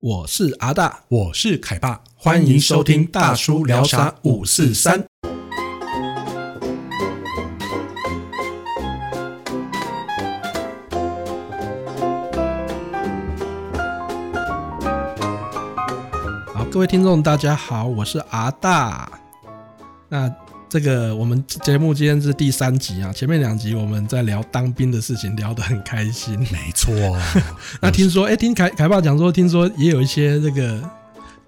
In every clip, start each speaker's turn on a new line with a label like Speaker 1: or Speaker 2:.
Speaker 1: 我是阿大，
Speaker 2: 我是凯爸，
Speaker 1: 欢迎收听大叔聊啥五四三。好，各位听众大家好，我是阿大。那这个我们节目今天是第三集啊，前面两集我们在聊当兵的事情，聊得很开心。
Speaker 2: 没错，嗯
Speaker 1: 那听说，哎、听凯凯爸讲说，听说也有一些那个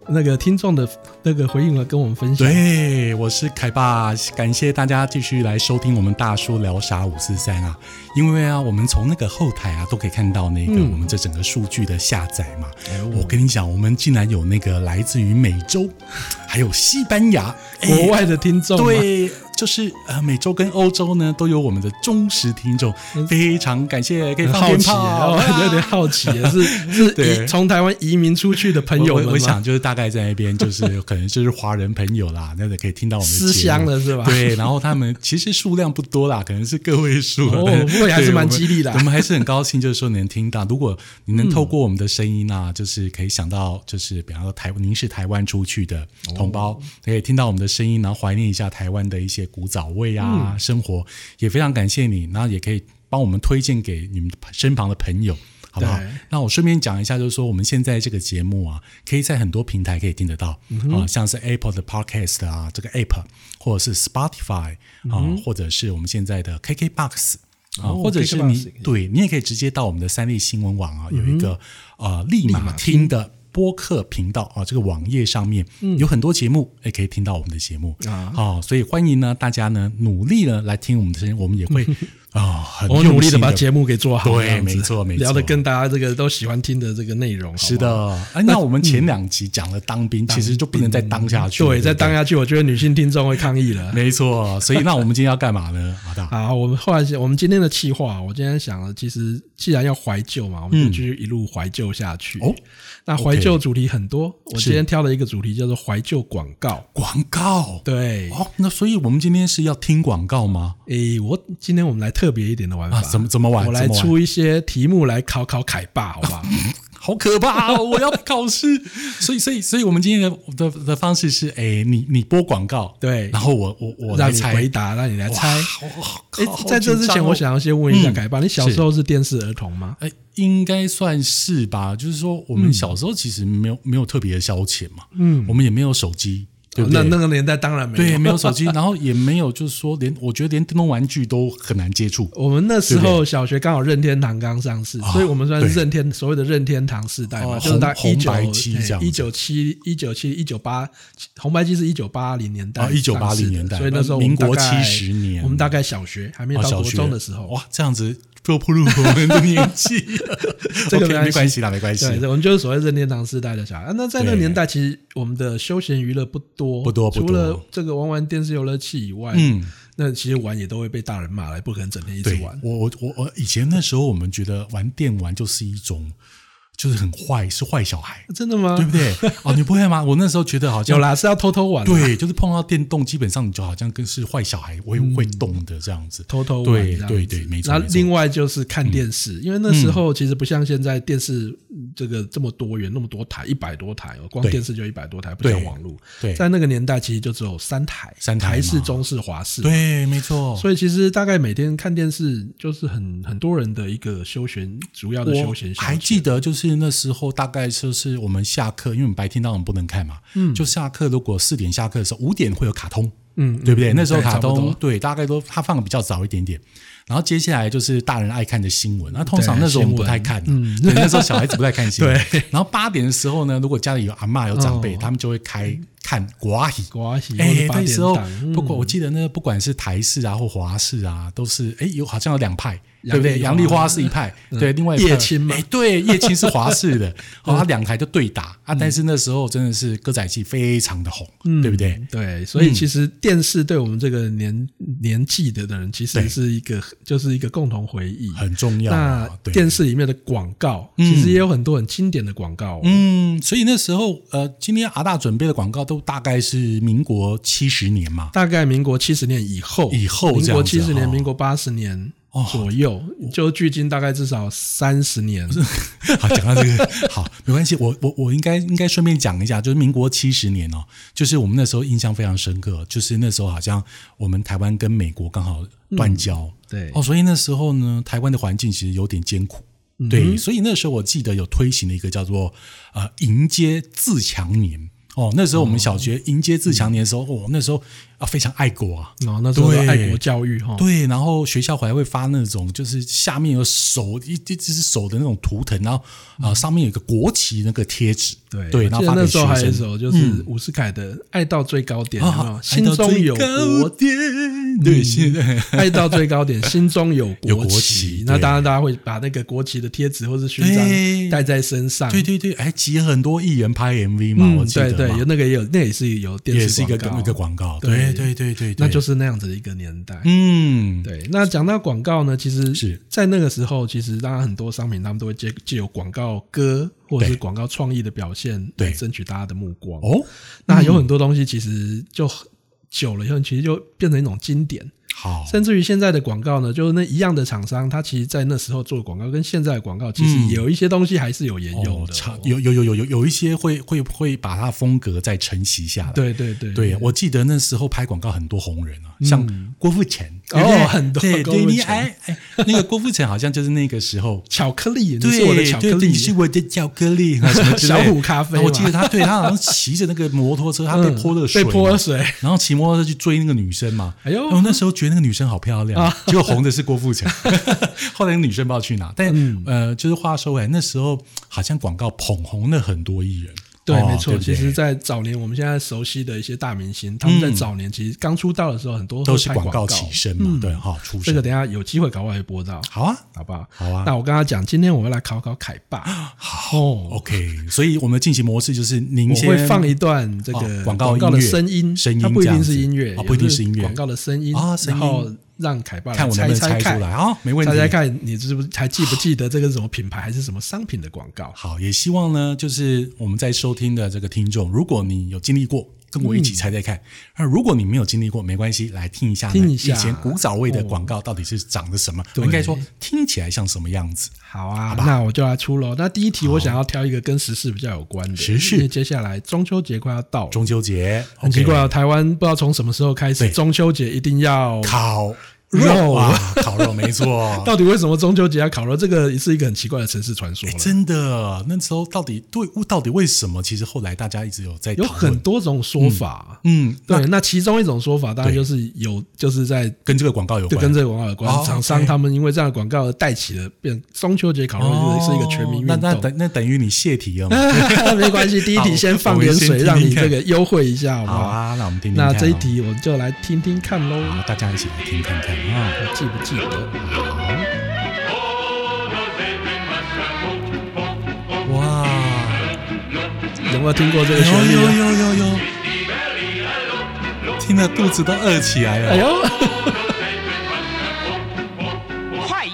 Speaker 1: 那个听众的那个回应了，跟我们分享。
Speaker 2: 对，我是凯爸，感谢大家继续来收听我们大叔聊啥五四三啊，因为啊，我们从那个后台啊都可以看到那个
Speaker 1: 嗯
Speaker 2: 我们这整个数据的下载嘛。
Speaker 1: 哎
Speaker 2: 我跟你讲，我们竟然有那个来自于美洲，还有西班牙，哎
Speaker 1: 国外的听众嘛，
Speaker 2: 对，就是呃，美洲跟欧洲呢都有我们的忠实听众，非常感谢，可以
Speaker 1: 嗯很
Speaker 2: 放
Speaker 1: 好
Speaker 2: 鞭
Speaker 1: 奇耶，
Speaker 2: 炮，啊
Speaker 1: 哦 有点好奇耶， 是是
Speaker 2: 对
Speaker 1: 移从台湾移民出去的朋
Speaker 2: 我
Speaker 1: 友们
Speaker 2: 我
Speaker 1: 吗
Speaker 2: 我想就是大概在那边，就是可能就是华人朋友啦， 那个可以听到我们的
Speaker 1: 思
Speaker 2: 节
Speaker 1: 乡
Speaker 2: 目。
Speaker 1: 了是吧？
Speaker 2: 对，然后他们其实数量不多啦，可能是个位数啦。
Speaker 1: 哦
Speaker 2: 但
Speaker 1: 不过也还是
Speaker 2: 对
Speaker 1: 蛮
Speaker 2: 我们
Speaker 1: 激励的啊
Speaker 2: 我们还是很高兴，就是说能听到。如果你能透过我们的声音啊，就是可以想到，就是比方说台，您是台湾出去的同胞，可以听到我们的声音，然后怀念一下台湾的一些古早味啊、生活，也非常感谢你。然后也可以帮我们推荐给你们身旁的朋友。好不好
Speaker 1: 对？
Speaker 2: 那我顺便讲一下，就是说我们现在这个节目啊，可以在很多平台可以听得到、啊，像是 Apple 的 Podcast 啊，这个 App，或者是 Spotify 啊，或者是我们现在的 KKBox 啊，
Speaker 1: 哦
Speaker 2: 或者是你
Speaker 1: KKBox 也
Speaker 2: 对你也可以直接到我们的三立新闻网啊，
Speaker 1: 嗯
Speaker 2: 有一个、呃立马听的。播客频道啊，这个网页上面、有很多节目，也可以听到我们的节目
Speaker 1: 嗯啊
Speaker 2: 啊、所以欢迎呢大家呢努力呢来听我们的声音，我们 也会啊、很
Speaker 1: 我们努力的
Speaker 2: 的
Speaker 1: 把节目给做好，
Speaker 2: 对
Speaker 1: 这样子
Speaker 2: 没错没错
Speaker 1: 聊的跟大家这个都喜欢听的这个内容，
Speaker 2: 是
Speaker 1: 好不好。嗯
Speaker 2: 的，哎，那我们前两集讲了当兵，其实就不能再当下去了。
Speaker 1: 对，再
Speaker 2: 不
Speaker 1: 当下去，我觉得女性听众会抗议了。
Speaker 2: 没错。所以，那我们今天要干嘛呢？ 老大，
Speaker 1: 好，我们后来想我们今天的企划，我今天想了，其实既然要怀旧嘛，我们就继续一路怀旧下去。
Speaker 2: 嗯哦，
Speaker 1: 那怀旧主题很多，我今天挑了一个主题叫做怀旧广告。
Speaker 2: 广告。
Speaker 1: 对，
Speaker 2: 哦，那所以我们今天是要听广告吗？
Speaker 1: 诶、我今天我们来特别一点的玩法，
Speaker 2: 啊，怎么怎么玩？
Speaker 1: 我来
Speaker 2: 怎么玩，
Speaker 1: 出一些题目来考考凯爸，好不 好？
Speaker 2: 好 可怕哦！我要考试，所以所以所以我们今天的的的方式是，哎，你你播广告，
Speaker 1: 对
Speaker 2: 然后我我我来
Speaker 1: 让你
Speaker 2: 猜，
Speaker 1: 回答，让你来猜。
Speaker 2: 哇好
Speaker 1: 诶、
Speaker 2: 好
Speaker 1: 在这之前，我，
Speaker 2: 好紧
Speaker 1: 想
Speaker 2: 张哦
Speaker 1: 要先问一下
Speaker 2: 嗯
Speaker 1: 凯爸，你小时候是电视儿童吗？
Speaker 2: 哎，应该算是吧。就是说，我
Speaker 1: 嗯
Speaker 2: 们小时候其实没有没有特别的消遣嘛，嗯，我们也没有手机，对不对？
Speaker 1: 啊那那个年代当然没有。
Speaker 2: 对，没有手机， 然后也没有，就是说连我觉得连电动玩具都很难接触。啊
Speaker 1: 我们那时候小学刚好任天堂刚上市，所以我们算是任天所谓的任天堂世代嘛，
Speaker 2: 哦
Speaker 1: 就是大概一
Speaker 2: 红
Speaker 1: 九哎
Speaker 2: 红白机这样子
Speaker 1: 一九七一九七一九八红白机是一九八零年代
Speaker 2: 啊
Speaker 1: 上市的，
Speaker 2: 1980年代
Speaker 1: 所以那时候我们
Speaker 2: 民国
Speaker 1: 大概
Speaker 2: 70年
Speaker 1: 我们大概小学还没有
Speaker 2: 啊
Speaker 1: 到
Speaker 2: 小
Speaker 1: 国
Speaker 2: 学
Speaker 1: 中的时候，
Speaker 2: 哇，这样子就步入我们的年纪了
Speaker 1: 这个
Speaker 2: OK，
Speaker 1: 没
Speaker 2: 没
Speaker 1: 关
Speaker 2: 关系啦，没关系
Speaker 1: 对，。我们就是所谓任天堂世代的小孩。啊那在那个
Speaker 2: 对
Speaker 1: 年代，其实我们的休闲娱乐不多，
Speaker 2: 不多不多
Speaker 1: 除了这个玩玩电视游乐器以外，
Speaker 2: 嗯，
Speaker 1: 那其实玩也都会被大人骂来，不可能整天一直
Speaker 2: 对，
Speaker 1: 玩。啊
Speaker 2: 我我我我以前那时候我们觉得玩电玩就是一种，就是很坏，是坏小孩，
Speaker 1: 真的吗？
Speaker 2: 对不对？ 哦，你不会吗？我那时候觉得好像
Speaker 1: 有啦，是要偷偷玩啦，
Speaker 2: 对，就是碰到电动，基本上你就好像跟是坏小孩，会会
Speaker 1: 嗯
Speaker 2: 动的这样子。
Speaker 1: 偷偷玩
Speaker 2: 对
Speaker 1: 这样
Speaker 2: 对
Speaker 1: 子
Speaker 2: 对，没错。
Speaker 1: 那
Speaker 2: 没错
Speaker 1: 另外就是看电视，因为那时候其实不像现在电视嗯这个这么多元，那么多台，一百多台哦，光
Speaker 2: 对
Speaker 1: 电视就一百多台，不像
Speaker 2: 对
Speaker 1: 网络。
Speaker 2: 对
Speaker 1: 在那个年代其实就只有三台，
Speaker 2: 三台嘛
Speaker 1: 台式、中式、华视。，
Speaker 2: 对，没错。
Speaker 1: 所以其实大概每天看电视就是很很多人的一个休闲，主要的休
Speaker 2: 我
Speaker 1: 闲消
Speaker 2: 还
Speaker 1: 遣。
Speaker 2: 记得，就是那时候大概就是我们下课，因为我们白天当然不能看嘛，嗯，就下课如果四点下课的时候，五点会有卡通，
Speaker 1: 嗯，
Speaker 2: 对不对？那时候
Speaker 1: 对
Speaker 2: 卡
Speaker 1: 差不
Speaker 2: 通
Speaker 1: 多
Speaker 2: 对，大概都它放的比较早一点点。然后接下来就是大人爱看的新闻，那通常
Speaker 1: 对
Speaker 2: 那时候我
Speaker 1: 新闻
Speaker 2: 们不太看、嗯，对，那时候小孩子不太看新闻。然后八点的时候呢，如果家里有阿嬷有长辈，
Speaker 1: 哦
Speaker 2: 他们就会开看国阿喜。
Speaker 1: 国华喜或
Speaker 2: 哎
Speaker 1: 者，八
Speaker 2: 那
Speaker 1: 点
Speaker 2: 时候
Speaker 1: 档，嗯
Speaker 2: 不管我记得那个不管是台式啊或华式啊，都是哎有好像有两派，对不对？
Speaker 1: 杨
Speaker 2: 杨
Speaker 1: 丽
Speaker 2: 丽
Speaker 1: 花
Speaker 2: 花是一派，对，另外一派
Speaker 1: 叶青嗯吗
Speaker 2: 哎，对，叶青是华式 的，哦，他两台就对打啊。
Speaker 1: 嗯
Speaker 2: 但是那时候真的是歌仔戏非常的红，对不对？
Speaker 1: 对，所以其实电视对我们这个年年纪的的人，其实
Speaker 2: 对
Speaker 1: 是一个就是一个共同回忆，
Speaker 2: 很重要
Speaker 1: 那
Speaker 2: 啊。对
Speaker 1: 电视里面的广告，其实也有很多很经典的广告、哦。
Speaker 2: 嗯，所以那时候呃，今天阿大准备的广告都大概是民国七十年嘛，
Speaker 1: 大概民国七十年以后，
Speaker 2: 以后
Speaker 1: 民
Speaker 2: 这
Speaker 1: 国
Speaker 2: 样子
Speaker 1: 七十年、
Speaker 2: 哦
Speaker 1: 民国八十年，左右，就距今大概至少三十年。
Speaker 2: 好，讲到这个，好，没关系，我我我应该应该顺便讲一下，就是民国七十年哦，就是我们那时候印象非常深刻，就是那时候好像我们台湾跟美国刚好断交，
Speaker 1: 对，
Speaker 2: 哦，所以那时候呢，台湾的环境其实有点艰苦。对，所以那时候我记得有推行了一个叫做呃迎接自强年哦。那时候我们小学迎接自强年的时候，哦，那时候啊非常爱国啊，
Speaker 1: 然后哦那时候
Speaker 2: 对
Speaker 1: 的爱国教育哈，
Speaker 2: 对，然后学校还会发那种，就是下面有手一一只手的那种图腾，然后啊、呃上面有一个国旗那个贴纸，
Speaker 1: 嗯对
Speaker 2: 对，
Speaker 1: 我
Speaker 2: 然
Speaker 1: 记
Speaker 2: 后
Speaker 1: 得
Speaker 2: 发
Speaker 1: 那
Speaker 2: 给
Speaker 1: 时候
Speaker 2: 学
Speaker 1: 还有一
Speaker 2: 生。嗯啊
Speaker 1: 首就是伍思凯的《爱到最高点》，有没有
Speaker 2: 爱
Speaker 1: 心
Speaker 2: 到
Speaker 1: 中
Speaker 2: 最
Speaker 1: 有
Speaker 2: 高
Speaker 1: 国，
Speaker 2: 点，对，现在
Speaker 1: 爱到最高 点，心中有
Speaker 2: 有
Speaker 1: 国
Speaker 2: 国旗
Speaker 1: 旗。那
Speaker 2: 对
Speaker 1: 当然，大家会把那个国旗的贴纸或是勋
Speaker 2: 哎
Speaker 1: 章带在身上。
Speaker 2: 对对对，哎，集很多艺人拍 MV 嘛，我
Speaker 1: 嗯，
Speaker 2: 记得
Speaker 1: 对对，
Speaker 2: 嘛
Speaker 1: 有那个也有，那也是有电
Speaker 2: 也
Speaker 1: 视
Speaker 2: 是一个
Speaker 1: 广告
Speaker 2: 一个广告，对
Speaker 1: 对
Speaker 2: 对对对，
Speaker 1: 那就是是那样子的一个年代。
Speaker 2: 嗯，
Speaker 1: 对，那讲到广告呢，其实
Speaker 2: 是
Speaker 1: 在那个时候，其实当然很多商品他们都会借借由广告歌或者是
Speaker 2: 对
Speaker 1: 广告创意的表现
Speaker 2: 对
Speaker 1: 来争取大家的目光。
Speaker 2: 哦，
Speaker 1: 那有很多东西其实就久了以后，其实就变成一种经典。
Speaker 2: 好，
Speaker 1: 甚至于现在的广告呢，就是那一样的厂商，他其实在那时候做广告跟现在的广告，其
Speaker 2: 嗯
Speaker 1: 实有一些东西还是有沿用
Speaker 2: 哦
Speaker 1: 的。
Speaker 2: 差有有有有有有一些会会会把它风格再承袭下来，
Speaker 1: 对对对
Speaker 2: 对，我记得那时候拍广告很多红人啊，像郭富城，
Speaker 1: 嗯哦
Speaker 2: 对不对
Speaker 1: 很多
Speaker 2: 对
Speaker 1: 郭富
Speaker 2: 对，你
Speaker 1: 城，
Speaker 2: 哎哎，那个郭富城好像就是那个时候
Speaker 1: 巧克力， 你
Speaker 2: 对，
Speaker 1: 是我的巧克
Speaker 2: 对
Speaker 1: 力，嗯
Speaker 2: 你是我的巧克力，啊什么之类的
Speaker 1: 小虎咖啡嘛
Speaker 2: 我记得他，对他好像骑着那个摩托车，他被
Speaker 1: 嗯
Speaker 2: 泼了水嘛，
Speaker 1: 被泼了水，
Speaker 2: 然后骑摩托车去追那个女生嘛。
Speaker 1: 哎呦啊
Speaker 2: 我那时候觉得那个女生好漂亮，结果红的是郭富 城。后来那个女生不知道去哪，但
Speaker 1: 嗯
Speaker 2: 呃，就是话说回来，那时候好像广告捧红了很多艺人。
Speaker 1: 对，
Speaker 2: 哦
Speaker 1: 没错。
Speaker 2: 对不对嗯
Speaker 1: 其实，在早年我们现在熟悉的一些大明星，他们在早年其实刚出道的时候，很多
Speaker 2: 都是
Speaker 1: 会拍
Speaker 2: 广
Speaker 1: 广嗯
Speaker 2: 告起身嘛，对，好出
Speaker 1: 这个
Speaker 2: 身。
Speaker 1: 等一下有机会搞不好会播到，
Speaker 2: 好啊，
Speaker 1: 好不好？
Speaker 2: 好啊
Speaker 1: 那我跟他讲，今天我要来考考凯爸，哦，
Speaker 2: OK，所以我们的进行模式就是您
Speaker 1: 我
Speaker 2: 先
Speaker 1: 会放一段这
Speaker 2: 哦
Speaker 1: 个
Speaker 2: 广告
Speaker 1: 告
Speaker 2: 音
Speaker 1: 的
Speaker 2: 乐
Speaker 1: 声音，
Speaker 2: 声音
Speaker 1: 它不一
Speaker 2: 这样
Speaker 1: 定
Speaker 2: 子
Speaker 1: 是音乐
Speaker 2: 哦，不一定是音乐
Speaker 1: 有的广告的声音
Speaker 2: 啊声音
Speaker 1: 然后让凯爸来
Speaker 2: 看我能不
Speaker 1: 猜
Speaker 2: 能猜
Speaker 1: 看
Speaker 2: 出来，啊，没问
Speaker 1: 猜
Speaker 2: 题。
Speaker 1: 猜看，你是不是还记不记得这个是什么品牌还是什么商品的广告？
Speaker 2: 好，也希望呢，就是我们在收听的这个听众，如果你有经历过，跟我一起猜猜看；那、如果你没有经历过，没关系，来听一下呢
Speaker 1: 嗯听一下哦
Speaker 2: 以前古早味的广告到底是长得什么，
Speaker 1: 对
Speaker 2: 应该说听起来像什么样子。
Speaker 1: 好啊，那我就来出喽。那第一题，我想要挑一个跟时事比较有关的。
Speaker 2: 时事
Speaker 1: 因为接下来中秋节快要到了，
Speaker 2: 中秋节，
Speaker 1: 很奇
Speaker 2: OK
Speaker 1: 怪哦，台湾不知道从什么时候开始
Speaker 2: 对，
Speaker 1: 中秋节一定要。
Speaker 2: 烤肉
Speaker 1: 肉
Speaker 2: 啊，烤肉 没错。
Speaker 1: 到底为什么中秋节要烤肉？这个也是一个很奇怪的城市传说
Speaker 2: 哎，
Speaker 1: 了。
Speaker 2: 真的，那时候到底对，到底为什么？其实后来大家一直有在
Speaker 1: 有
Speaker 2: 讨
Speaker 1: 很
Speaker 2: 论，
Speaker 1: 多种说法。
Speaker 2: 嗯，
Speaker 1: 对，那其中一种说法当然就是有，就是在
Speaker 2: 跟这个广告有
Speaker 1: 就
Speaker 2: 关，
Speaker 1: 跟这个广告有关
Speaker 2: 哦，
Speaker 1: 厂商
Speaker 2: OK
Speaker 1: 他们因为这样的广告而带起了变中秋节烤肉，就是是一个全民运
Speaker 2: 那那
Speaker 1: 动。
Speaker 2: 等那等于你泄题了嘛？
Speaker 1: 没关系，第一
Speaker 2: 好
Speaker 1: 题先放
Speaker 2: 我们
Speaker 1: 点
Speaker 2: 先
Speaker 1: 水，
Speaker 2: 听
Speaker 1: 让
Speaker 2: 听
Speaker 1: 你
Speaker 2: 看
Speaker 1: 这个优惠一下，好不
Speaker 2: 好
Speaker 1: 好？
Speaker 2: 啊，那我们听听看、
Speaker 1: 那
Speaker 2: 哦。
Speaker 1: 这一题我就来听听看喽，
Speaker 2: 好，大家一起来听看看啊。
Speaker 1: 记不记得？
Speaker 2: 哇，
Speaker 1: 有没有听过这
Speaker 2: 有
Speaker 1: 个旋律
Speaker 2: 有
Speaker 1: 啊？
Speaker 2: 有有有，听得肚子都饿起来了。
Speaker 1: 哎呦，
Speaker 3: 快意。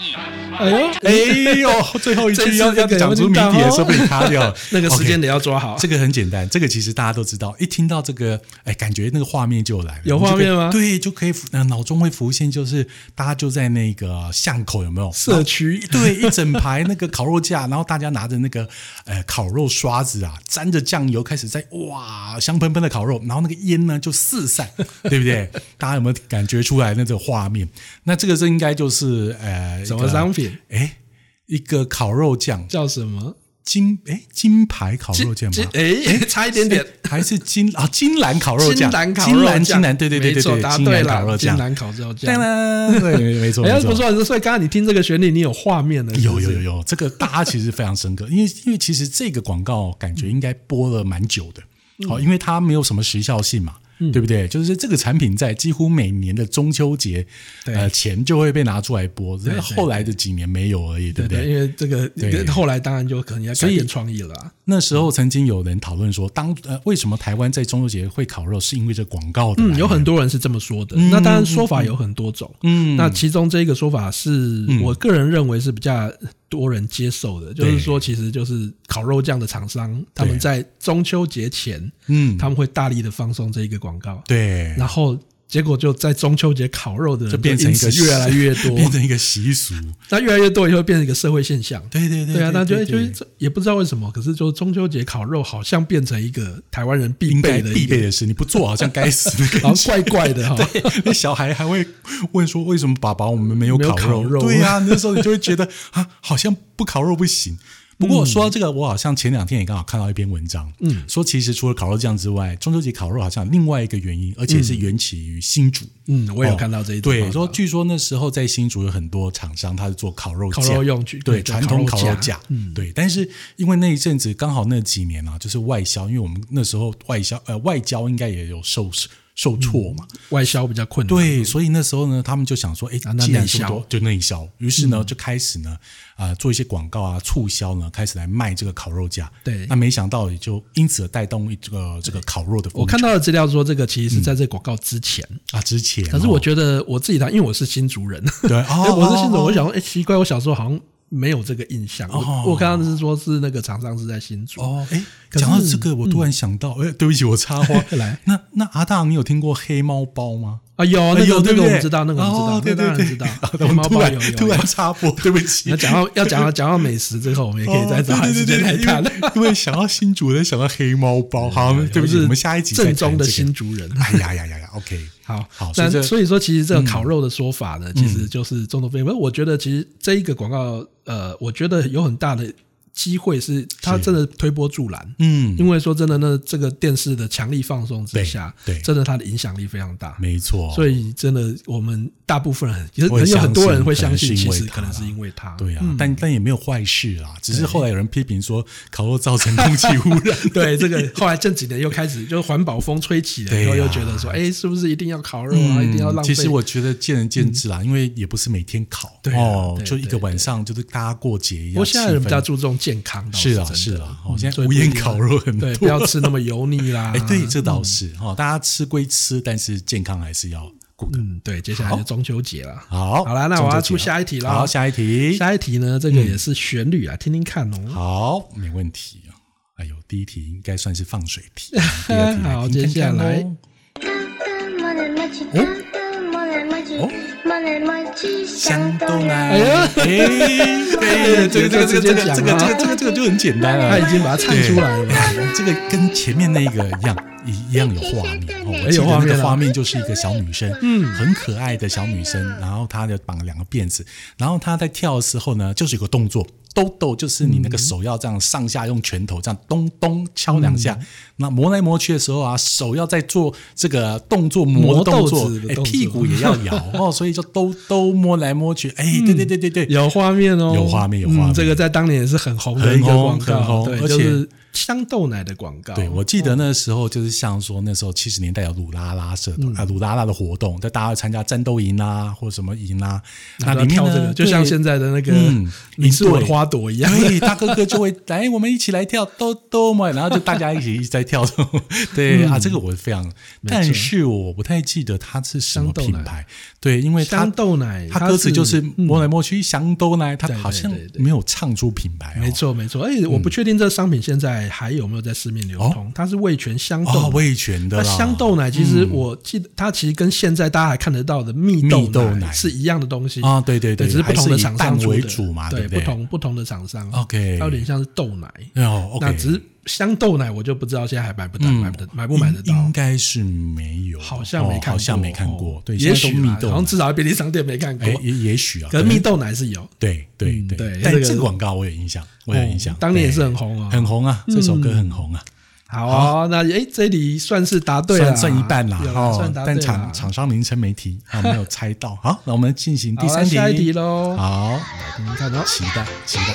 Speaker 1: 哎呦，
Speaker 2: 哎呦，最后一
Speaker 1: 真
Speaker 2: 句
Speaker 1: 是
Speaker 2: 要
Speaker 1: 这
Speaker 2: 要
Speaker 1: 个
Speaker 2: 讲出谜
Speaker 1: 有点
Speaker 2: 底的
Speaker 1: 大哦
Speaker 2: 时候被你卡掉，
Speaker 1: 那个时间
Speaker 2: OK，
Speaker 1: 得要抓好。
Speaker 2: 这个很简单，这个其实大家都知道。一听到这个，哎，感觉那个画面就来了，
Speaker 1: 有
Speaker 2: 你就
Speaker 1: 画面
Speaker 2: 可以
Speaker 1: 吗
Speaker 2: 对，就可以浮，呃脑中会浮现，就是大家就在那个巷口，有没有
Speaker 1: 社区
Speaker 2: 对，一整排那个烤肉架，然后大家拿着那个呃烤肉刷子啊，沾着酱油开始在哇香喷喷的烤肉，然后那个烟呢就四散，对不 对？大家有没有感觉出来那个画面？那这个是应该就是呃
Speaker 1: 什么商？品
Speaker 2: 一个哎，一个烤肉酱
Speaker 1: 叫什么？
Speaker 2: 金哎金牌烤肉酱吧。
Speaker 1: 哎， 差一点点。
Speaker 2: 还是金啊，金兰烤肉
Speaker 1: 金
Speaker 2: 酱，
Speaker 1: 兰烤
Speaker 2: 金
Speaker 1: 肉
Speaker 2: 兰
Speaker 1: 酱，
Speaker 2: 金兰，对对对
Speaker 1: 没
Speaker 2: 对
Speaker 1: 错
Speaker 2: 对，
Speaker 1: 答
Speaker 2: 金
Speaker 1: 对
Speaker 2: 兰烤肉
Speaker 1: 了，金
Speaker 2: 酱，
Speaker 1: 兰烤肉
Speaker 2: 对
Speaker 1: 酱。
Speaker 2: 啦，对，没 错，
Speaker 1: 哎
Speaker 2: 没，错
Speaker 1: 不，错，所以刚刚你听这个旋律，你有画面了，是
Speaker 2: 有
Speaker 1: 不是
Speaker 2: 有有，有，这个大家其实非常深刻，因为因为其实这个广告感觉应该播了蛮久的，
Speaker 1: 嗯
Speaker 2: 好、因为它没有什么时效性嘛，对不对？就是这个产品在几乎每年的中秋节
Speaker 1: 对
Speaker 2: 呃前就会被拿出来播，只是
Speaker 1: 对
Speaker 2: 后来的几年没有而已，对
Speaker 1: 对
Speaker 2: 不对？
Speaker 1: 对，因为这
Speaker 2: 对
Speaker 1: 个后来当然就可能要
Speaker 2: 所
Speaker 1: 改
Speaker 2: 以
Speaker 1: 变创意了啊。
Speaker 2: 那时候曾经有人讨论说，当呃为什么台湾在中秋节会烤肉，是因为这广告的来源、
Speaker 1: 嗯，有很多人是这么说的。那当然说法有很多种。
Speaker 2: 嗯
Speaker 1: 那其中这一个说法是
Speaker 2: 嗯
Speaker 1: 我个人认为是比较多人接受的，就
Speaker 2: 对
Speaker 1: 是说，其实就是烤肉酱的厂商，他们在中秋节前，
Speaker 2: 嗯，
Speaker 1: 他们会大力的放送这一个广告，
Speaker 2: 对
Speaker 1: 然后结果就在中秋节烤肉的人
Speaker 2: 就变成一个
Speaker 1: 因此越来越
Speaker 2: 变
Speaker 1: 多，
Speaker 2: 成一个习俗。
Speaker 1: 那越来越多以后变成一个社会现象。
Speaker 2: 对对对
Speaker 1: 对啊，那就
Speaker 2: 对
Speaker 1: 就
Speaker 2: 对
Speaker 1: 就也不知道为什么，可是就中秋节烤肉好像变成一个台湾人必
Speaker 2: 应该
Speaker 1: 备的一
Speaker 2: 必
Speaker 1: 个
Speaker 2: 备，的事，你不做好像该死的
Speaker 1: 好
Speaker 2: 感
Speaker 1: 像怪啊怪的哈。
Speaker 2: 觉。那小孩还会问说：“为什么爸爸我们没有
Speaker 1: 没有
Speaker 2: 烤
Speaker 1: 烤肉
Speaker 2: 对呀、那时候你就会觉得啊，好像不烤肉不行。
Speaker 1: 嗯
Speaker 2: 不过说到这个，我好像前两天也刚好看到一篇文章，嗯，说其实除了烤肉酱之外，中秋节烤肉好像有另外一个原因，而且是缘起于新竹。
Speaker 1: 嗯，我也有看到这一
Speaker 2: 哦
Speaker 1: 段报道。
Speaker 2: 对，说据说那时候在新竹有很多厂商，他是做烤肉
Speaker 1: 烤
Speaker 2: 架
Speaker 1: 肉用具
Speaker 2: 对
Speaker 1: 对
Speaker 2: 传统
Speaker 1: 烤
Speaker 2: 烤
Speaker 1: 肉
Speaker 2: 肉
Speaker 1: 架
Speaker 2: 架，对。但是因为那一阵子刚好那几年啊，就是外销，因为我们那时候外销呃外交应该也有受受挫嘛，
Speaker 1: 外销比较困难。
Speaker 2: 对，所以那时候呢，他们就想说，哎
Speaker 1: 啊，嗯那
Speaker 2: 既然
Speaker 1: 内
Speaker 2: 这么
Speaker 1: 销嗯
Speaker 2: 多，就内销。于是呢，就开始呢，啊，做一些广告啊、促销呢，开始来卖这个烤肉架。
Speaker 1: 对
Speaker 2: 那没想到也就因此而带动一个这个烤肉的风
Speaker 1: 我看
Speaker 2: 潮
Speaker 1: 到的资料说，这个其
Speaker 2: 嗯
Speaker 1: 实是在这广告之前。
Speaker 2: 啊，之前哦，
Speaker 1: 可是我觉得我自己谈，因为我是新竹人，
Speaker 2: 对哦
Speaker 1: 我是新竹人，
Speaker 2: 哦哦
Speaker 1: 我想说，哎、奇怪，我小时候好像没有这个印象。
Speaker 2: 哦
Speaker 1: 我我刚刚是说是那个厂商是在新竹，
Speaker 2: 哦，哎，
Speaker 1: 可是。
Speaker 2: 讲到这个，我突然想到，哎、对不起，我插话
Speaker 1: 来
Speaker 2: 那那阿大，你有听过黑猫包吗？
Speaker 1: 啊，有那
Speaker 2: 哎
Speaker 1: 个
Speaker 2: 有
Speaker 1: 那
Speaker 2: 对不
Speaker 1: 个我
Speaker 2: 对
Speaker 1: 们知道，那个我们知道，
Speaker 2: 哦对
Speaker 1: 那当
Speaker 2: 对
Speaker 1: 然
Speaker 2: 对，
Speaker 1: 知道
Speaker 2: 好。的，
Speaker 1: 黑
Speaker 2: 我
Speaker 1: 猫
Speaker 2: 们突
Speaker 1: 包
Speaker 2: 然
Speaker 1: 有
Speaker 2: 突
Speaker 1: 有有
Speaker 2: 然。插 播，对不起。
Speaker 1: 那讲 到要讲到讲到美食之后，我们也可以再找
Speaker 2: 哦
Speaker 1: 一
Speaker 2: 对
Speaker 1: 时
Speaker 2: 对
Speaker 1: 间来
Speaker 2: 对对
Speaker 1: 谈。
Speaker 2: 因为因为想到新竹人，想到黑猫 包，好，对不起，
Speaker 1: 是
Speaker 2: 我们下一集
Speaker 1: 正
Speaker 2: 再谈
Speaker 1: 宗的
Speaker 2: 这个
Speaker 1: 新竹人。
Speaker 2: 哎呀呀呀呀，OK，
Speaker 1: 好
Speaker 2: 好，所以
Speaker 1: 那
Speaker 2: 这嗯
Speaker 1: 所以说，其实这个烤肉的说法呢，其实就是中东非。不过我觉得，其实这一个广告，呃，我觉得有很大的机会是它真的推波助澜。
Speaker 2: 嗯，
Speaker 1: 因为说真的，那这个电视的强力放送之下，
Speaker 2: 对对
Speaker 1: 真的它的影响力非常大。
Speaker 2: 没错，
Speaker 1: 所以真的，我们大部分人，也
Speaker 2: 会
Speaker 1: 很有很多人会相
Speaker 2: 相信
Speaker 1: 信，其
Speaker 2: 可能是因为
Speaker 1: 实
Speaker 2: 它
Speaker 1: 可能是因为嗯它。
Speaker 2: 对啊，但但也没有坏事啊，只是后来有人批评说烤肉造成空气污染，
Speaker 1: 对，这个后来这几年又开始，就环保风吹起了，
Speaker 2: 对
Speaker 1: 然后又
Speaker 2: 呀
Speaker 1: 觉得说，哎，是不是一定要烤肉啊？一定要浪费？嗯
Speaker 2: 嗯其实我觉得见仁见智啦，因为也不是每天烤
Speaker 1: 对啊
Speaker 2: 哦，
Speaker 1: 对
Speaker 2: 就一个晚上，就是大家过节一样。
Speaker 1: 不过现在人比较
Speaker 2: 气
Speaker 1: 注重健康，倒
Speaker 2: 氛是
Speaker 1: 真
Speaker 2: 啊
Speaker 1: 的
Speaker 2: 是啊，哦
Speaker 1: 嗯，
Speaker 2: 现在
Speaker 1: 所以
Speaker 2: 无
Speaker 1: 不一
Speaker 2: 烟
Speaker 1: 样
Speaker 2: 烤肉很
Speaker 1: 对，不
Speaker 2: 多。
Speaker 1: 要吃那啊嗯么油腻啦。
Speaker 2: 哎，对，这倒是哦，大家吃归吃，但是健康还是要顾的。
Speaker 1: 嗯，对，接下来就中秋节了。
Speaker 2: 好，
Speaker 1: 好啦，那我要出
Speaker 2: 中秋节了
Speaker 1: 下一题啦。
Speaker 2: 好，下一题，嗯
Speaker 1: 下一题呢，这个也是旋律啊，听听看哦。
Speaker 2: 好，没问题啊。哎呦，第一题应该算是放水题，啊 第二题来
Speaker 1: 好接
Speaker 2: 听
Speaker 1: 下
Speaker 2: 看看
Speaker 1: 来
Speaker 2: 咯香
Speaker 4: 哦哦
Speaker 5: 香
Speaker 2: 豆
Speaker 5: 豆
Speaker 2: 奶，
Speaker 5: 奶。
Speaker 1: 哎呀
Speaker 2: 哎，这个这个这个这个这个这个这个这个就很简单了，
Speaker 1: 他已经把它唱出来了嘛。
Speaker 2: 对。这个跟前面那一个一样，一一样有画面哦。我
Speaker 1: 哎
Speaker 2: 记
Speaker 1: 有
Speaker 2: 得
Speaker 1: 画
Speaker 2: 那
Speaker 1: 面啊
Speaker 2: 个画面就是一个小女生，嗯，很可爱的小女生，然后她就绑了两个辫子，然后她在跳的时候呢，就是有个动作。兜兜就是你那个手要这样上下用拳头这样咚咚敲两下，那磨来磨去的时候啊，手要在做这个动作磨的动
Speaker 1: 磨
Speaker 2: 作
Speaker 1: 豆子，的
Speaker 2: 哎，
Speaker 1: 动作
Speaker 2: 屁股也要摇哦，所以就兜兜摸来摸去，哎，对对对对对，
Speaker 1: 有画面哦，
Speaker 2: 有画面有画面
Speaker 1: 嗯这个在当年也是很红的
Speaker 2: 很
Speaker 1: 一个
Speaker 2: 红
Speaker 1: 广告，
Speaker 2: 很红
Speaker 1: 对，
Speaker 2: 而
Speaker 1: 就
Speaker 2: 且
Speaker 1: 是香豆奶的广告。
Speaker 2: 对，我记得那时候就是像说那时候七十年代有鲁拉拉社
Speaker 1: 嗯
Speaker 2: 团、啊，鲁拉拉的活动，在大家会参加战斗营啊或者什么营啊，那
Speaker 1: 然后
Speaker 2: 里面
Speaker 1: 跳
Speaker 2: 呢
Speaker 1: 这个，就像
Speaker 2: 对
Speaker 1: 现在的那个
Speaker 2: 嗯
Speaker 1: 你是我的
Speaker 2: 对
Speaker 1: 花朵一样。
Speaker 2: 对，大哥哥就会来，我们一起来跳兜兜嘛，然后就大家一起一直在跳。
Speaker 1: 嗯
Speaker 2: 对、啊，这个我非常，但是我不太记得它是什么
Speaker 1: 香豆
Speaker 2: 品
Speaker 1: 奶
Speaker 2: 牌。对，因为它
Speaker 1: 香豆奶
Speaker 2: 它
Speaker 1: 它
Speaker 2: 歌词
Speaker 1: 是嗯
Speaker 2: 就是摸来摸去，香豆奶，它
Speaker 1: 对对
Speaker 2: 好像
Speaker 1: 对对
Speaker 2: 没有唱出品牌、哦。
Speaker 1: 没错，没错。而且我不确定这商品现在还有没有在市面流通。它是味全香
Speaker 2: 哦
Speaker 1: 豆，奶，
Speaker 2: 味全的
Speaker 1: 那
Speaker 2: 啦，嗯
Speaker 1: 香豆奶其实我记得它其实跟现在大家还看得到的蜜
Speaker 2: 蜜豆
Speaker 1: 奶
Speaker 2: 奶
Speaker 1: 是一样的东西
Speaker 2: 啊对对对
Speaker 1: 只是不同的厂商
Speaker 2: 还是以
Speaker 1: 出的
Speaker 2: 蛋为主嘛
Speaker 1: 对
Speaker 2: 对不对
Speaker 1: 不同不同的厂商
Speaker 2: OK
Speaker 1: 它有点像是豆奶。
Speaker 2: 哦，OK，嗯
Speaker 1: 那只是香豆奶，我就不知道现在还买不到，买不得买不买得
Speaker 2: 应应
Speaker 1: 到。
Speaker 2: 该是没有，
Speaker 1: 好像没看
Speaker 2: 哦
Speaker 1: 过，
Speaker 2: 好像没看过
Speaker 1: 哦。
Speaker 2: 对，
Speaker 1: 也
Speaker 2: 现在
Speaker 1: 许
Speaker 2: 都蜜
Speaker 1: 啦
Speaker 2: 豆
Speaker 1: 好像
Speaker 2: 奶，
Speaker 1: 至少在便利商店没看过
Speaker 2: 哎，。也也许啊。
Speaker 1: 可是蜜豆奶是有，
Speaker 2: 对对
Speaker 1: 嗯
Speaker 2: 对
Speaker 1: 对这
Speaker 2: 但
Speaker 1: 个
Speaker 2: 这个广告我有印象，我有印象
Speaker 1: 哦，当年也
Speaker 2: 对
Speaker 1: 是很红啊，
Speaker 2: 很红啊，这首歌很红啊，
Speaker 1: 好哦，那诶，这里算是答对了，啊
Speaker 2: 算算一半啦
Speaker 1: 有，啦
Speaker 2: 哦
Speaker 1: 算，答对啊
Speaker 2: 但
Speaker 1: 啦
Speaker 2: 厂厂商名称没 提，啊，没有猜到。好，那我们进行第
Speaker 1: 好啦啊
Speaker 2: 三题，
Speaker 1: 下一题喽
Speaker 2: 好，
Speaker 1: 你看哦，
Speaker 2: 期待期待。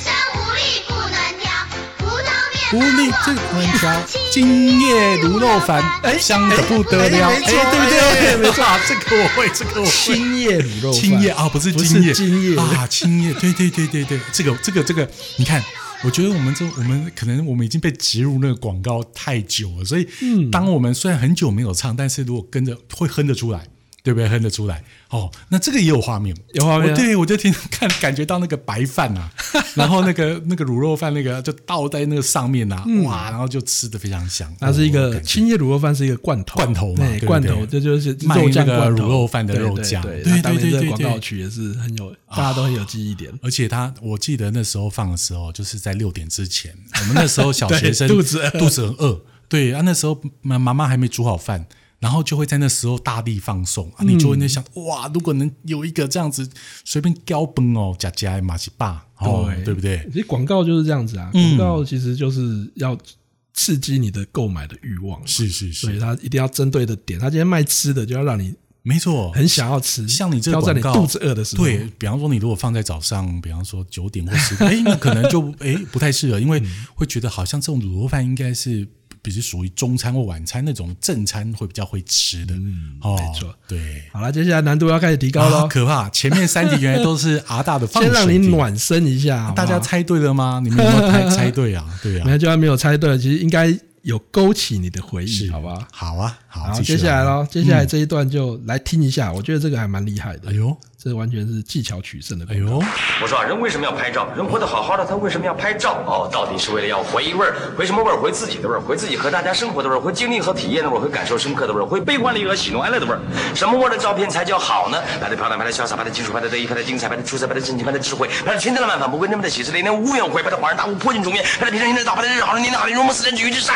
Speaker 5: 无力不能调，葡萄
Speaker 2: 无
Speaker 5: 面
Speaker 2: 力最能
Speaker 1: 啊
Speaker 2: 调，今夜卤肉饭，哎香的不得了，
Speaker 1: 哎
Speaker 2: 哎，
Speaker 1: 没
Speaker 2: 对
Speaker 1: 错
Speaker 2: 不对？
Speaker 1: 哎没
Speaker 2: 错，这个我会，这个我会。
Speaker 1: 青叶卤肉饭，
Speaker 2: 青叶啊，不是
Speaker 1: 不
Speaker 2: 金叶，
Speaker 1: 是青叶
Speaker 2: 啊，青叶，对对对对对，这个这个这个，你看，我觉得我们这我们可能我们已经被植入那个广
Speaker 1: 嗯
Speaker 2: 告太久了，所以当我们虽然很久没有唱，但是如果跟着会哼得出来。对不对？哼得出来哦，那这个也有画面，
Speaker 1: 有画面啊
Speaker 2: 我对我就听看感觉到那个白 饭啊，然后那个那个卤肉饭那个就倒在那个上面啊，哇，然后就吃的非常香。
Speaker 1: 那嗯是一
Speaker 2: 哦
Speaker 1: 个
Speaker 2: 感觉
Speaker 1: 青叶卤肉饭，是一个罐头，
Speaker 2: 罐头嘛
Speaker 1: 对，
Speaker 2: 对不
Speaker 1: 罐
Speaker 2: 对
Speaker 1: 头，这就是
Speaker 2: 卖
Speaker 1: 肉酱
Speaker 2: 那个
Speaker 1: 罐头
Speaker 2: 卤肉饭的肉酱
Speaker 1: 对
Speaker 2: 对
Speaker 1: 对，当
Speaker 2: 对
Speaker 1: 年这
Speaker 2: 对
Speaker 1: 个
Speaker 2: 对
Speaker 1: 广
Speaker 2: 对
Speaker 1: 告曲也是很有，大家都很有记忆点。
Speaker 2: 而且他，我记得那时候放的时候，就是在六点之前。我们那时候小学 生
Speaker 1: 对肚子饿
Speaker 2: 肚子很饿，对啊，那时候妈妈妈还没煮好饭，然后就会在那时候大力放送啊，你就会在想，
Speaker 1: 嗯
Speaker 2: 哇，如果能有一个这样子随便叼崩哦，夹夹马吉霸，哦，对不对？
Speaker 1: 其实广告就是这样子啊，广告其实就是要刺激你的购买的欲望嘛，
Speaker 2: 是是
Speaker 1: 所以
Speaker 2: 是，
Speaker 1: 它一定要针对的点。它今天卖吃的，就要让你
Speaker 2: 没错，
Speaker 1: 很想要吃，
Speaker 2: 像你这个
Speaker 1: 挑战你
Speaker 2: 广告，
Speaker 1: 肚子饿的时候，
Speaker 2: 对，比方说你如果放在早上，比方说九点或十 点，哎，那可能就哎不太适合，因为
Speaker 1: 嗯
Speaker 2: 会觉得好像这种卤肉饭应该是。比如属于中餐或晚餐那种正餐会比较会吃的，哦，
Speaker 1: 嗯没错
Speaker 2: 对，
Speaker 1: 好了，接下来难度要开始提高
Speaker 2: 啊，
Speaker 1: 喽，
Speaker 2: 可怕！前面三题原来都是阿大的放
Speaker 1: 先
Speaker 2: 水
Speaker 1: 让你
Speaker 2: 题，
Speaker 1: 暖身一下，好不好
Speaker 2: 大家。猜对 了吗？你们有没有猜猜对啊？对
Speaker 1: 没
Speaker 2: 啊，
Speaker 1: 有，就算没有猜对，其实应该有勾起你的回忆，
Speaker 2: 是
Speaker 1: 好吧？
Speaker 2: 好啊，好，
Speaker 1: 然后
Speaker 2: 继续
Speaker 1: 接下来
Speaker 2: 啊，
Speaker 1: 喽，接下来这一段就来听一下，我觉得这个还蛮厉害的
Speaker 2: 哎，呦，
Speaker 1: 这完全是技巧取胜的
Speaker 2: 哎
Speaker 1: 广告。
Speaker 2: 呦，
Speaker 6: 我说啊，人为什么要拍照？人活得好好的，他为什么要拍照？哦，到底是为了要回味儿，回什么味儿？回自己的味儿，回自己和大家生活的味儿，回经历和体验的味儿，回感受深刻的味儿，回悲欢离合、喜怒哀乐的味儿。什么味儿的照片才叫好呢？拍的漂亮，拍的潇洒，拍的清楚，拍的得意，拍的精彩，拍的出色，拍的深情，拍的智慧，拍的千真万反，不归那么的喜事连连，无怨无悔，拍的恍然大悟，破镜重圆，拍的平常心的道，拍的日好人年好人，如梦似真，举一之善。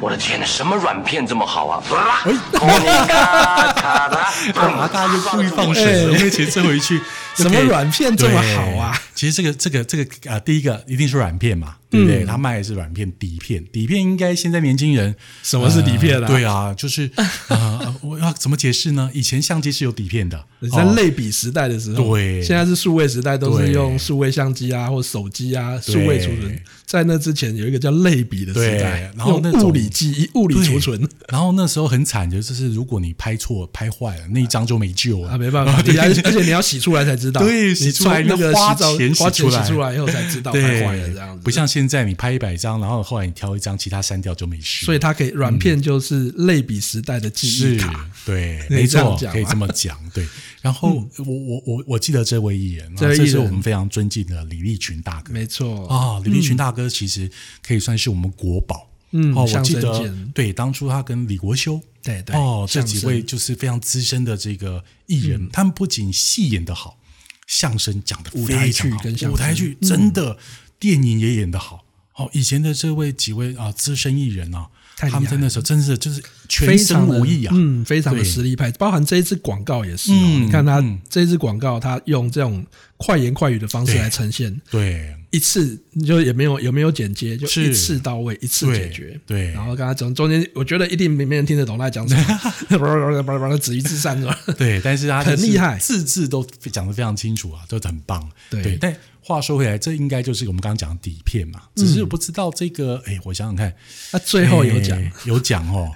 Speaker 6: 我的天哪，什么软片这么好啊？啪空灵咔咔 嗒
Speaker 2: 干嘛哎大家就故意放水了？因为其实最后一句
Speaker 1: 哎 什么软片这么好啊？嗯
Speaker 2: 对其实这个这个这个呃，第一个一定是软片嘛，对不对？他卖的是软片底片，底片应该现在年轻人
Speaker 1: 什么是底片啊
Speaker 2: 呃对啊，就是啊，呃 我要怎么解释呢？以前相机是有底片的，
Speaker 1: 你在
Speaker 2: 哦
Speaker 1: 类比时代的时候，
Speaker 2: 对
Speaker 1: 现在是数位时代，都是
Speaker 2: 对
Speaker 1: 用数位相机啊，或手机啊，数位储存
Speaker 2: 对。
Speaker 1: 在那之前有一个叫类比的时代
Speaker 2: 对，然后那
Speaker 1: 用
Speaker 2: 种
Speaker 1: 物理记忆、物理储存
Speaker 2: 对。然后那时候很惨的就是，如果你拍错、拍坏了，那一张就没救了
Speaker 1: 啊，没办法，
Speaker 2: 对
Speaker 1: 你还而且你要洗出来才知道，
Speaker 2: 对，
Speaker 1: 你
Speaker 2: 洗出来
Speaker 1: 从那个
Speaker 2: 花
Speaker 1: 洗澡
Speaker 2: 钱
Speaker 1: 花钱
Speaker 2: 出来，
Speaker 1: 洗出来以后才知道
Speaker 2: 对，
Speaker 1: 太坏了这样子，
Speaker 2: 不像现在你拍一百张，然后后来你挑一张，其他删掉就没事。
Speaker 1: 所以它可以软片就是类比时代的记忆
Speaker 2: 嗯是
Speaker 1: 卡，，
Speaker 2: 对，
Speaker 1: 可以
Speaker 2: 没
Speaker 1: 这样
Speaker 2: 错
Speaker 1: 讲，
Speaker 2: 可以
Speaker 1: 吗嗯
Speaker 2: 这么讲，对。然后我我我我记得这位艺人，啊
Speaker 1: 这位艺
Speaker 2: 这是
Speaker 1: 人
Speaker 2: 我们非常尊敬的李立群大哥，
Speaker 1: 没错
Speaker 2: 啊，李立群大哥其实可以算是我们国宝。
Speaker 1: 嗯
Speaker 2: 哦，我
Speaker 1: 相
Speaker 2: 记
Speaker 1: 声
Speaker 2: 得
Speaker 1: 界
Speaker 2: 对，当初他跟李国修，
Speaker 1: 对对
Speaker 2: 哦，这
Speaker 1: 相
Speaker 2: 几
Speaker 1: 声嗯
Speaker 2: 位就是非常资深的这个艺人，他们不仅戏演的好，相声讲的
Speaker 1: 舞台剧跟相声嗯
Speaker 2: 舞台剧真的，电影也演的好。哦，以前的这位几位啊资深艺人啊，
Speaker 1: 太厉害
Speaker 2: 他们在那时候真是就是全
Speaker 1: 非常
Speaker 2: 身
Speaker 1: 的
Speaker 2: 武艺啊，
Speaker 1: 嗯，非常的
Speaker 2: 对
Speaker 1: 实力派，包含这一支广告也是哦，
Speaker 2: 嗯
Speaker 1: 你看它
Speaker 2: 嗯
Speaker 1: 这一支广告，它用这种快言快语的方式
Speaker 2: 对
Speaker 1: 来呈现。
Speaker 2: 对，
Speaker 1: 一次你就也没有有没有剪接，就是一次到位，一次
Speaker 2: 对
Speaker 1: 解决。
Speaker 2: 对
Speaker 1: 然后刚才从中间，我觉得一定没没人听得懂他在讲什么， 叭叭叭 叭，止于至善是吧？
Speaker 2: 对，但是他
Speaker 1: 很
Speaker 2: 就是
Speaker 1: 厉害
Speaker 2: 字字都讲得非常清楚啊，都很棒。
Speaker 1: 对
Speaker 2: 但话说回来，这应该就是我们刚刚讲的底片嘛，
Speaker 1: 嗯
Speaker 2: 只是我不知道这个，哎、我想想看，
Speaker 1: 那最后有讲
Speaker 2: 哎 有讲哦，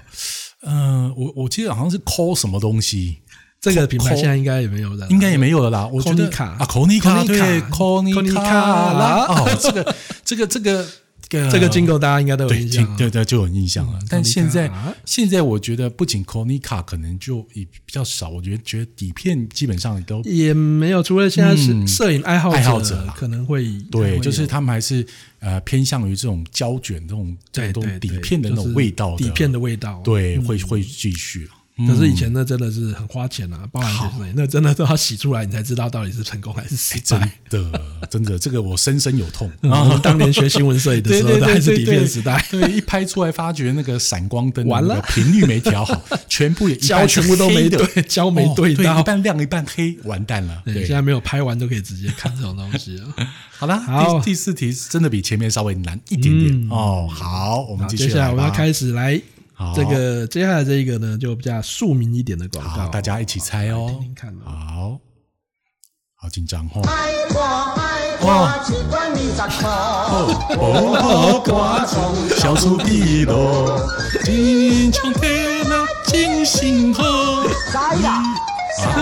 Speaker 2: 嗯、我我记得好像是 call 什么东西，
Speaker 1: 这个品牌
Speaker 2: Call-
Speaker 1: 现在应该也没有了，
Speaker 2: 应该也没有了啦。我觉得
Speaker 1: Konica
Speaker 2: 啊，Konica
Speaker 1: Konica
Speaker 2: 对 Konica 啦，哦，这个这个这个这个 呃
Speaker 1: 这个金狗大家应该都有
Speaker 2: 对，
Speaker 1: 印象啊
Speaker 2: 听。对对就有印象了。但
Speaker 1: Konica
Speaker 2: 现在
Speaker 1: 啊
Speaker 2: 现在我觉得不仅 Konica 可能就也比较少，我觉得觉得底片基本上都
Speaker 1: 也没有，除了现在是
Speaker 2: 嗯
Speaker 1: 摄影爱好
Speaker 2: 爱好者啦
Speaker 1: 可能会可能会
Speaker 2: 对，
Speaker 1: 有
Speaker 2: 就是他们还是呃偏向于这种胶卷这种
Speaker 1: 对
Speaker 2: 这种
Speaker 1: 对对
Speaker 2: 底片的那
Speaker 1: 就
Speaker 2: 种
Speaker 1: 是
Speaker 2: 味道的，
Speaker 1: 底片的味道。，
Speaker 2: 对会会继续。嗯
Speaker 1: 可是以前那真的是很花钱啊，包含就是那真的都要洗出来，你才知道到底是成功还是失
Speaker 2: 哎真
Speaker 1: 败。
Speaker 2: 的，真的，这个我深深有痛
Speaker 1: 嗯我
Speaker 2: 啊
Speaker 1: 们！当年学新闻摄影的时 候，都还是底片时代，
Speaker 2: 对，一拍出来发觉那个闪光灯的
Speaker 1: 完了
Speaker 2: 那个频率没 调好，全部也一半
Speaker 1: 胶全部都没对
Speaker 2: 是黑的
Speaker 1: 胶没对
Speaker 2: 哦
Speaker 1: 到
Speaker 2: 一半亮一半黑，完蛋了。
Speaker 1: 对，现在没有拍完都可以直接看这种东西 了。
Speaker 2: 好啦，
Speaker 1: 好嗯
Speaker 2: 第第四题真的比前面稍微难一点点哦。好，我们
Speaker 1: 好，
Speaker 2: 继
Speaker 1: 接
Speaker 2: 续
Speaker 1: 下来我们要
Speaker 2: 吧
Speaker 1: 开始来
Speaker 2: 好
Speaker 1: 这个接下来这一个呢，就比较庶民一点的广告
Speaker 2: 好，，大家一起猜
Speaker 1: 来
Speaker 2: 哦。
Speaker 1: 听听看哦。
Speaker 2: 好，好紧张哦。
Speaker 7: 爱歌爱歌，只管你十块。
Speaker 2: 哦，歌中小处地咯，真像天啊，真幸福。
Speaker 7: 来啦！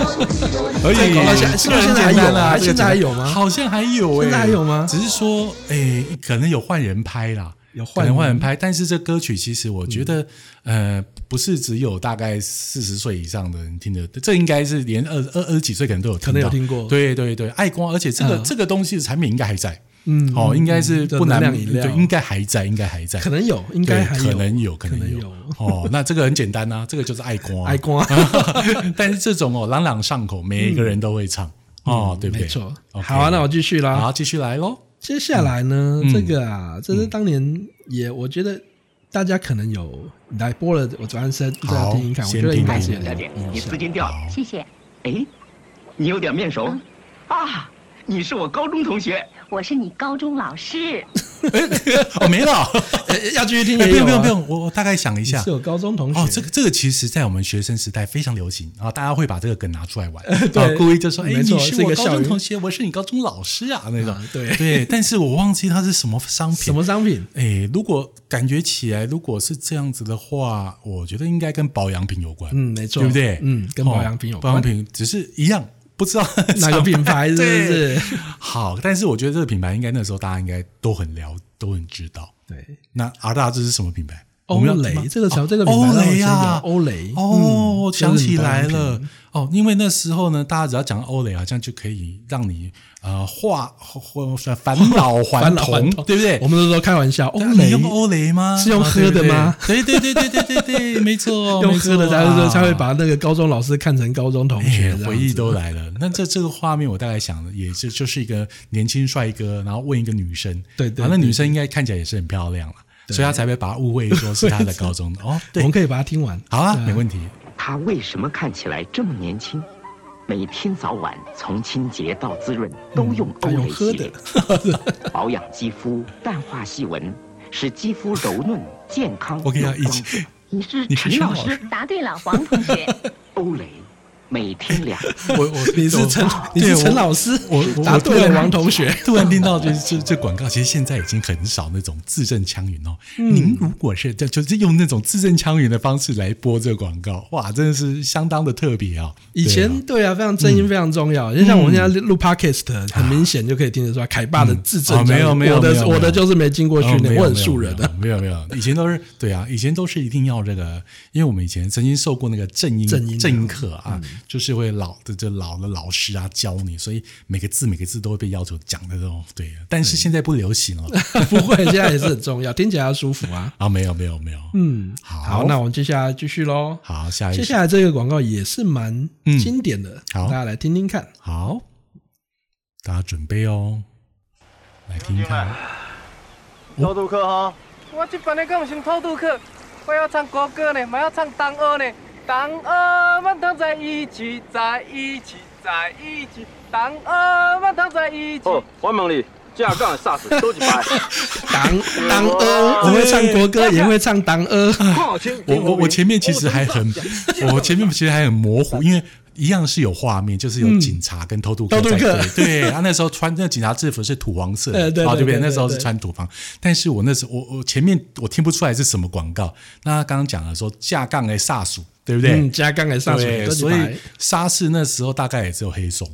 Speaker 1: 这个广告现
Speaker 2: 可
Speaker 1: 在是不哎是现在还有啊还现在还有吗
Speaker 2: 好像还有、欸，
Speaker 1: 现在还有吗
Speaker 2: 只是说，哎、可能有换人拍啦。
Speaker 1: 有
Speaker 2: 可
Speaker 1: 换
Speaker 2: 能
Speaker 1: 人嗯
Speaker 2: 会很拍，但是这歌曲其实我觉得，呃，不是只有大概四十岁以上的人听得，这应该是连二二二十几岁可能都有听
Speaker 1: 可
Speaker 2: 到，
Speaker 1: 能有听过
Speaker 2: 对对对，爱光，而且这个、
Speaker 1: 嗯
Speaker 2: 这个东西的产品应该还在，
Speaker 1: 嗯
Speaker 2: 哦，应该是
Speaker 1: 这
Speaker 2: 不难
Speaker 1: 能量饮料
Speaker 2: 对，应该还在，应该还在，
Speaker 1: 可能有，应该
Speaker 2: 对
Speaker 1: 还
Speaker 2: 可能有，
Speaker 1: 可
Speaker 2: 可能
Speaker 1: 有，
Speaker 2: 有。 哦，那这个很简单啊，这个就是爱光、啊，
Speaker 1: 爱光啊
Speaker 2: 但是这种哦，朗朗上口，每一个人都会唱、哦，对不
Speaker 1: 嗯
Speaker 2: 对？
Speaker 1: 没错。
Speaker 2: OK
Speaker 1: 好啊，那我继续啦。
Speaker 2: 好，继续来喽。
Speaker 1: 接下来呢，
Speaker 2: 嗯
Speaker 1: 这个啊，这是当年也，我觉得大家可能有来播了，我昨天在在
Speaker 2: 好
Speaker 1: 听一看，我
Speaker 2: 先
Speaker 1: 觉得应该
Speaker 2: 听
Speaker 1: 是
Speaker 2: 听嗯
Speaker 1: 有
Speaker 3: 小
Speaker 1: 点
Speaker 3: 姐，
Speaker 1: 印
Speaker 3: 你
Speaker 1: 象
Speaker 3: 资金掉了，
Speaker 2: 好
Speaker 8: 谢谢，嗯
Speaker 3: 哎，你有点面熟啊，你是我高中同学，
Speaker 8: 我是你高中老师。
Speaker 2: 哦，没 了，
Speaker 1: 哎要继续听
Speaker 2: 哎
Speaker 1: 也
Speaker 2: 不
Speaker 1: 有啊，
Speaker 2: 用不用不用，我我大概想一下
Speaker 1: 是。有高中同学
Speaker 2: 哦，这个这个其实，在我们学生时代非常流行啊，大家会把这个梗拿出来玩，
Speaker 1: 对
Speaker 2: 啊故意就说：“哎，
Speaker 1: 没
Speaker 2: 你
Speaker 1: 错是
Speaker 2: 是
Speaker 1: 一
Speaker 2: 我
Speaker 1: 个
Speaker 2: 高
Speaker 1: 校
Speaker 2: 中
Speaker 1: 园
Speaker 2: 同学，我是你高中老师啊，那种
Speaker 1: 啊。”对
Speaker 2: 对，但是我忘记它是什么商品，
Speaker 1: 什么商品？
Speaker 2: 哎，如果感觉起来，如果是这样子的话，我觉得应该跟保养品有关，
Speaker 1: 嗯没错
Speaker 2: 对不对？
Speaker 1: 嗯跟保养品有关
Speaker 2: 哦保养品只是一样，不 知道
Speaker 1: 哪个品牌是不
Speaker 2: 对
Speaker 1: 是？
Speaker 2: 好，但是我觉得这个品牌应该那时候大家应该都很了，都很知道。
Speaker 1: 对，
Speaker 2: 那阿大这是什么品牌？我
Speaker 1: 欧
Speaker 2: 们要
Speaker 1: 蕾
Speaker 2: 吗
Speaker 1: 这个
Speaker 2: 哦
Speaker 1: 桥这个品牌
Speaker 2: 欧蕾
Speaker 1: 让我想
Speaker 2: 啊
Speaker 1: 到，欧蕾
Speaker 2: 哦，我
Speaker 1: 嗯
Speaker 2: 想起来
Speaker 1: 这是保
Speaker 2: 了
Speaker 1: 养
Speaker 2: 哦，因为那时候呢，大家只要讲欧蕾，好像就可以让你呃化或返 老还
Speaker 1: 返老还
Speaker 2: 童，
Speaker 1: 童
Speaker 2: 对不对
Speaker 1: 我？们都说开玩笑，欧
Speaker 2: 对啊
Speaker 1: 蕾
Speaker 2: 你用欧蕾吗？
Speaker 1: 是用
Speaker 2: 啊
Speaker 1: 喝的吗？
Speaker 2: 对不对对对对对对对，没错，
Speaker 1: 用喝的才
Speaker 2: 没错
Speaker 1: 会
Speaker 2: 啊
Speaker 1: 才会把那个高中老师看成高中同学
Speaker 2: 哎，
Speaker 1: 这样子，
Speaker 2: 回忆都来了。那这这个画面，我大概想的也就就是一个年轻帅哥，然后问一个女生，
Speaker 1: 对对
Speaker 2: 啊那
Speaker 1: 对
Speaker 2: 女生应该看起来也是很漂亮了，所以他才会把她误会说是他的高中的哦，
Speaker 1: 我
Speaker 2: 对
Speaker 1: 们，可以把它听完。
Speaker 2: 好啊，没问题。
Speaker 3: 他为什么看起来这么年轻？每天早晚从清洁到滋润，都用欧
Speaker 1: 他用
Speaker 3: 蕾
Speaker 1: 喝
Speaker 3: 系
Speaker 1: 的
Speaker 3: 列，保养肌肤，淡化细纹，使肌肤柔嫩健康。
Speaker 2: 我跟
Speaker 3: 有
Speaker 2: 他一
Speaker 3: 光泽
Speaker 2: 起，
Speaker 8: 你是
Speaker 2: 你是
Speaker 8: 陈
Speaker 2: 陈
Speaker 8: 老
Speaker 2: 老
Speaker 8: 师？答对了，黄同学。
Speaker 3: 欧蕾，每天两次。
Speaker 2: 我 我
Speaker 1: 你是陈你是
Speaker 2: 对我
Speaker 1: 陈老师，
Speaker 2: 我我
Speaker 1: 答
Speaker 2: 我突
Speaker 1: 对啊
Speaker 2: 然
Speaker 1: 了，王同学。
Speaker 2: 突然听到就是这这广告，其实现在已经很少那种字正腔圆哦。
Speaker 1: 嗯
Speaker 2: 您如果是就就是用那种字正腔圆的方式来播这个广告，哇，真的是相当的特别啊！
Speaker 1: 以
Speaker 2: 对啊嗯
Speaker 1: 前对啊，非常正音非常重要，就像我们现在录 podcast，很明显就可以听得出来，凯爸的字正
Speaker 2: 哦没有没有
Speaker 1: 我
Speaker 2: 没有
Speaker 1: 的
Speaker 2: 没有
Speaker 1: 我的就是没经过训
Speaker 2: 哦没
Speaker 1: 练，
Speaker 2: 有
Speaker 1: 我很素人的。
Speaker 2: 没有没有，没有以前都是对啊，以前都是一定要这个，因为我们以前曾经受过那个正音
Speaker 1: 正音嗯
Speaker 2: 课啊，就是会老的这老的老师啊教你，所以每个字每个字都会被要求讲的这种对啊，但是现在不流行 了
Speaker 1: 啊不会，现在也是很重要，听起来要舒服 啊。
Speaker 2: 啊，没有没有没有，
Speaker 1: 嗯，
Speaker 2: 好
Speaker 1: 好，那我们接下来继续喽。
Speaker 2: 好下一
Speaker 1: 接
Speaker 2: 首
Speaker 1: 下来这个广告也是蛮
Speaker 2: 嗯
Speaker 1: 经典的，
Speaker 2: 好
Speaker 1: 大家来听听看。
Speaker 2: 好，大家准备哦，来听一看哦，
Speaker 9: 偷渡客哈，
Speaker 10: 我这本来跟我们偷渡客，我要唱国歌呢，还要唱党歌呢。党鹅们躺在一起，在一起，在一起。党鹅们躺在一起。
Speaker 9: 哦，我问你，架杠啥子都一摆，
Speaker 1: 当当呃，我会唱国歌，也会唱当呃。
Speaker 9: 看清
Speaker 2: 我我我前面其实还 很，我前面其实还很模糊，因为一样是有画面，就是有警察跟偷渡
Speaker 1: 嗯
Speaker 2: 客
Speaker 1: 偷
Speaker 2: 在
Speaker 1: 渡客
Speaker 2: 对对，啊他那时候穿那警察制服是土黄色的
Speaker 1: 呃，对对
Speaker 2: 啊不对？
Speaker 1: 对对
Speaker 2: 那时候
Speaker 1: 对
Speaker 2: 是穿土黄，但是我那时候我我前面我听不出来是什么广告。那他刚刚讲了说架杠哎煞鼠，对不对
Speaker 1: 嗯，？加杠杆上水，
Speaker 2: 对，
Speaker 1: 这几
Speaker 2: 所
Speaker 1: 排
Speaker 2: 以沙士那时候大概也只有黑松，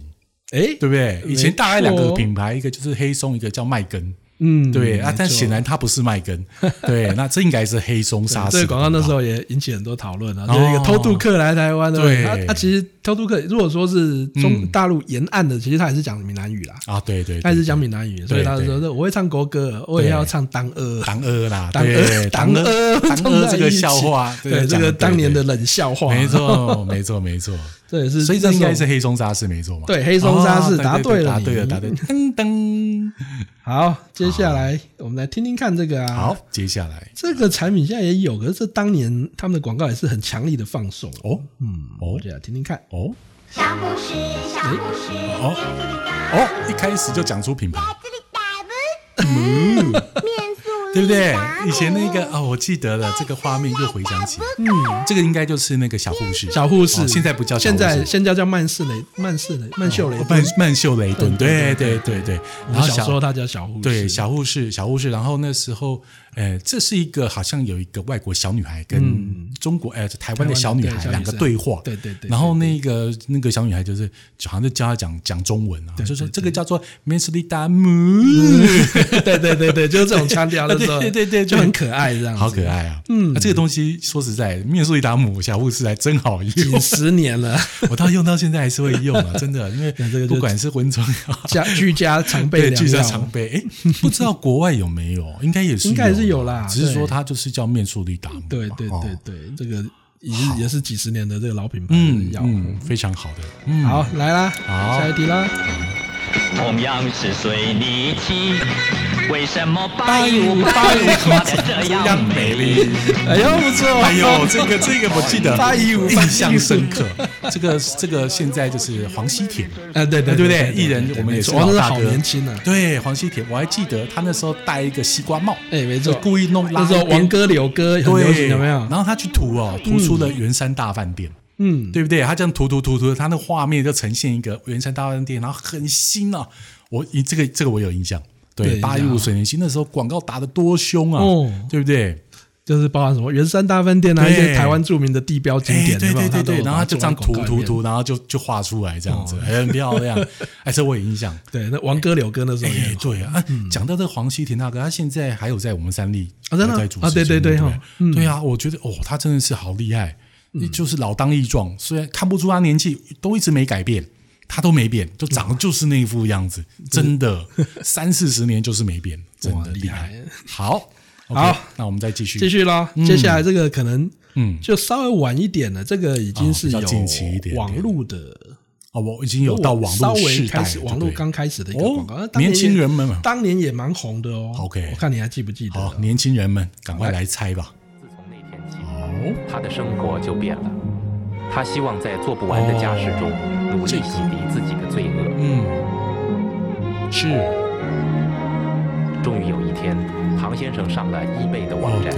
Speaker 1: 哎，
Speaker 2: 对不对？以前大概两
Speaker 1: 没
Speaker 2: 个
Speaker 1: 错
Speaker 2: 品牌，一个就是黑松，一个叫麦根。
Speaker 1: 嗯，
Speaker 2: 对啊
Speaker 1: 没，
Speaker 2: 但
Speaker 1: 错
Speaker 2: 显然它不是麦根，对，那这应该是黑松沙
Speaker 1: 对
Speaker 2: 士
Speaker 1: 这
Speaker 2: 的
Speaker 1: 个
Speaker 2: 广
Speaker 1: 广告
Speaker 2: 告。哦
Speaker 1: 那时候也引起很多讨论啊，就是一个偷渡客来台湾的。
Speaker 2: 对
Speaker 1: 他他其实偷渡客，如果说是中
Speaker 2: 嗯
Speaker 1: 大陆沿岸的，其实他也是讲闽南语啦，
Speaker 2: 啊，对对，对
Speaker 1: 他也是讲闽南语，所以他就
Speaker 2: 对
Speaker 1: 说我会唱国歌，我也要唱当呃。
Speaker 2: 当二啦，
Speaker 1: 当呃，
Speaker 2: 对
Speaker 1: 当呃，
Speaker 2: 当
Speaker 1: 唱
Speaker 2: 二
Speaker 1: 在
Speaker 2: 这个
Speaker 1: 一起
Speaker 2: 笑话，
Speaker 1: 对这
Speaker 2: 讲
Speaker 1: 个
Speaker 2: 得
Speaker 1: 当年的
Speaker 2: 对
Speaker 1: 冷笑话，
Speaker 2: 没，错，没错，没错。
Speaker 1: 这也是，
Speaker 2: 所以这应该是
Speaker 1: 那时候
Speaker 2: 黑松沙士没错嘛？
Speaker 1: 对黑松沙士
Speaker 2: 哦
Speaker 1: 答
Speaker 2: 对
Speaker 1: 对了
Speaker 2: 答对了，
Speaker 1: 你
Speaker 2: 答 对了。噔噔，
Speaker 1: 好。接下来我们来听听看这个啊，
Speaker 2: 好，，接下来
Speaker 1: 这个产品现在也有，可是这当年他们的广告也是很强力的放送哦，
Speaker 2: 哦
Speaker 1: 嗯，
Speaker 2: 哦
Speaker 1: 我就来听听看。
Speaker 2: 哦
Speaker 5: 小故事，小故事，
Speaker 2: 哦哦，一开始就讲出品牌，
Speaker 5: 这里打不，面素
Speaker 2: 对不对？以前那个啊，我记得了，这个画面又回想起，嗯，这个应该就是那个小护士，
Speaker 1: 小护士、
Speaker 2: 哦现在不叫小护
Speaker 1: 现
Speaker 2: 士
Speaker 1: 在现在叫曼氏雷、曼氏雷、曼秀雷
Speaker 2: 哦
Speaker 1: 顿。
Speaker 2: 曼曼秀雷顿，对对对对。
Speaker 1: 我
Speaker 2: 然后
Speaker 1: 们小时候他叫小护士，
Speaker 2: 对，小护士，小护士。然后那时候，呃，这是一个好像有一个外国小女孩
Speaker 1: 嗯
Speaker 2: 跟中国呃台湾的小女
Speaker 1: 台湾
Speaker 2: 孩
Speaker 1: 的
Speaker 2: 两
Speaker 1: 小
Speaker 2: 个
Speaker 1: 女生
Speaker 2: 对话，
Speaker 1: 对对对
Speaker 2: 然后那个那个小女孩就是好像就教她讲讲中文啊，
Speaker 1: 对
Speaker 2: 就说
Speaker 1: 对
Speaker 2: 这个叫做 Miss Lida Mu，
Speaker 1: 对对对对，就是这种腔调，就是说
Speaker 2: 对对对对
Speaker 1: 就很可爱这样子，
Speaker 2: 好可爱啊！嗯，那这个东西说实在，面素一达姆小护士还真好
Speaker 1: 几
Speaker 2: 用，
Speaker 1: 十年了，
Speaker 2: 我到用到现在还是会用啊，真的，因为
Speaker 1: 那这个就
Speaker 2: 不管是婚装也好
Speaker 1: 家居家常备
Speaker 2: 对，
Speaker 1: 良
Speaker 2: 聚在
Speaker 1: 药，
Speaker 2: 常备。哎， 不知道国外有没有？应该也是，
Speaker 1: 应该是有啦
Speaker 2: 只是说
Speaker 1: 对
Speaker 2: 它就是叫面素利达姆嘛。
Speaker 1: 对对
Speaker 2: 哦
Speaker 1: 对对，这个已经也是几十年的这个老品牌的
Speaker 2: 嗯
Speaker 1: 药。
Speaker 2: 嗯，非常好的。嗯，
Speaker 1: 好，来啦，
Speaker 2: 好
Speaker 1: 下一题啦。
Speaker 11: 同样是水泥漆，为什么八一
Speaker 2: 五
Speaker 11: 五
Speaker 2: 八
Speaker 11: 八
Speaker 2: 一
Speaker 11: 一
Speaker 2: 五
Speaker 11: 五画的这
Speaker 2: 这
Speaker 11: 样
Speaker 2: 样美
Speaker 11: 美
Speaker 2: 丽
Speaker 11: 丽？。
Speaker 1: 哎呦，不错，
Speaker 2: 哎呦， 这个这个我记得，
Speaker 1: 八一五
Speaker 2: 印象深刻。这个这个现在就是黄西田，
Speaker 1: 哎，对对
Speaker 2: 啊对不对
Speaker 1: 对？？
Speaker 2: 艺人我们也是
Speaker 1: 哇那
Speaker 2: 老
Speaker 1: 是
Speaker 2: 大
Speaker 1: 好
Speaker 2: 哥，
Speaker 1: 年轻啊。
Speaker 2: 对，黄西田，我还记得他那时候戴一个西瓜帽，
Speaker 1: 哎，没错
Speaker 2: 就，故意弄拉
Speaker 1: 那时候
Speaker 2: 一边
Speaker 1: 王哥、柳哥很流
Speaker 2: 对，
Speaker 1: 行，有没有
Speaker 2: 然？后他去涂哦，涂出了圆山大饭店。
Speaker 1: 嗯，
Speaker 2: 对不对？他这样涂涂涂涂，他那画面就呈现一个圆山大饭店，然后很新啊！我一这个这个我有印象，对
Speaker 1: 对
Speaker 2: 八一
Speaker 1: 你知
Speaker 2: 五
Speaker 1: 道
Speaker 2: 水泥新那时候广告打的多凶啊，
Speaker 1: 哦
Speaker 2: 对不对？
Speaker 1: 就是包含什么圆山大饭店啊，一些
Speaker 2: 对
Speaker 1: 台湾著名的地标景
Speaker 2: 哎
Speaker 1: 点，
Speaker 2: 对
Speaker 1: 有没
Speaker 2: 对
Speaker 1: 有它
Speaker 2: 对对，
Speaker 1: 都有
Speaker 2: 然后他就这样
Speaker 1: 把它做
Speaker 2: 涂
Speaker 1: 成
Speaker 2: 涂
Speaker 1: 广告哦
Speaker 2: 涂，
Speaker 1: 里面
Speaker 2: 然后就就画出来这样子，很漂 亮。哎，这我有印象。
Speaker 1: 对，那王哥、柳哥那时候也
Speaker 2: 哎
Speaker 1: 很，红
Speaker 2: 对啊，啊讲到这个黄西田大哥，他现在还有在我们三立
Speaker 1: 嗯啊真的啊
Speaker 2: 还在主持
Speaker 1: 啊对对
Speaker 2: 节目
Speaker 1: 对
Speaker 2: 对不
Speaker 1: 哈嗯
Speaker 2: 对啊，我觉得哦，他真的是好厉害，就是老当益壮，虽然看不出他年纪，都一直没改变，他都没变，就长得就是那一副样子，真的 三四十年就是没变，真
Speaker 1: 嗯哇
Speaker 2: 的
Speaker 1: 厉
Speaker 2: 厉
Speaker 1: 害
Speaker 2: 害。好，
Speaker 1: 好
Speaker 2: OK，那我们再继续
Speaker 1: 继，续咯，接下来这个可能
Speaker 2: 嗯，
Speaker 1: 就稍微晚一点了，这个已经是
Speaker 2: 哦比较
Speaker 1: 有
Speaker 2: 近期一点点
Speaker 1: 网络的，
Speaker 2: 哦，我已经有到网
Speaker 1: 哦稍
Speaker 2: 络
Speaker 1: 微
Speaker 2: 时
Speaker 1: 开
Speaker 2: 代了，
Speaker 1: 始
Speaker 2: 对不
Speaker 1: 网络
Speaker 2: 对
Speaker 1: 刚开始的一个
Speaker 2: 哦
Speaker 1: 广告，那当年也
Speaker 2: 年轻人们嘛
Speaker 1: 当年也蛮红的哦。
Speaker 2: OK
Speaker 1: 我看你还记不记得？
Speaker 2: 好，年轻人们赶快来猜吧。
Speaker 11: 自从那天起，
Speaker 2: 哦，
Speaker 11: 他的生活就变了。他希望在做不完的家事中努力洗涤自己的罪恶。
Speaker 2: 嗯，是
Speaker 11: 终于有一天，庞先生上了 eBay 的网
Speaker 2: 哦，
Speaker 11: 站，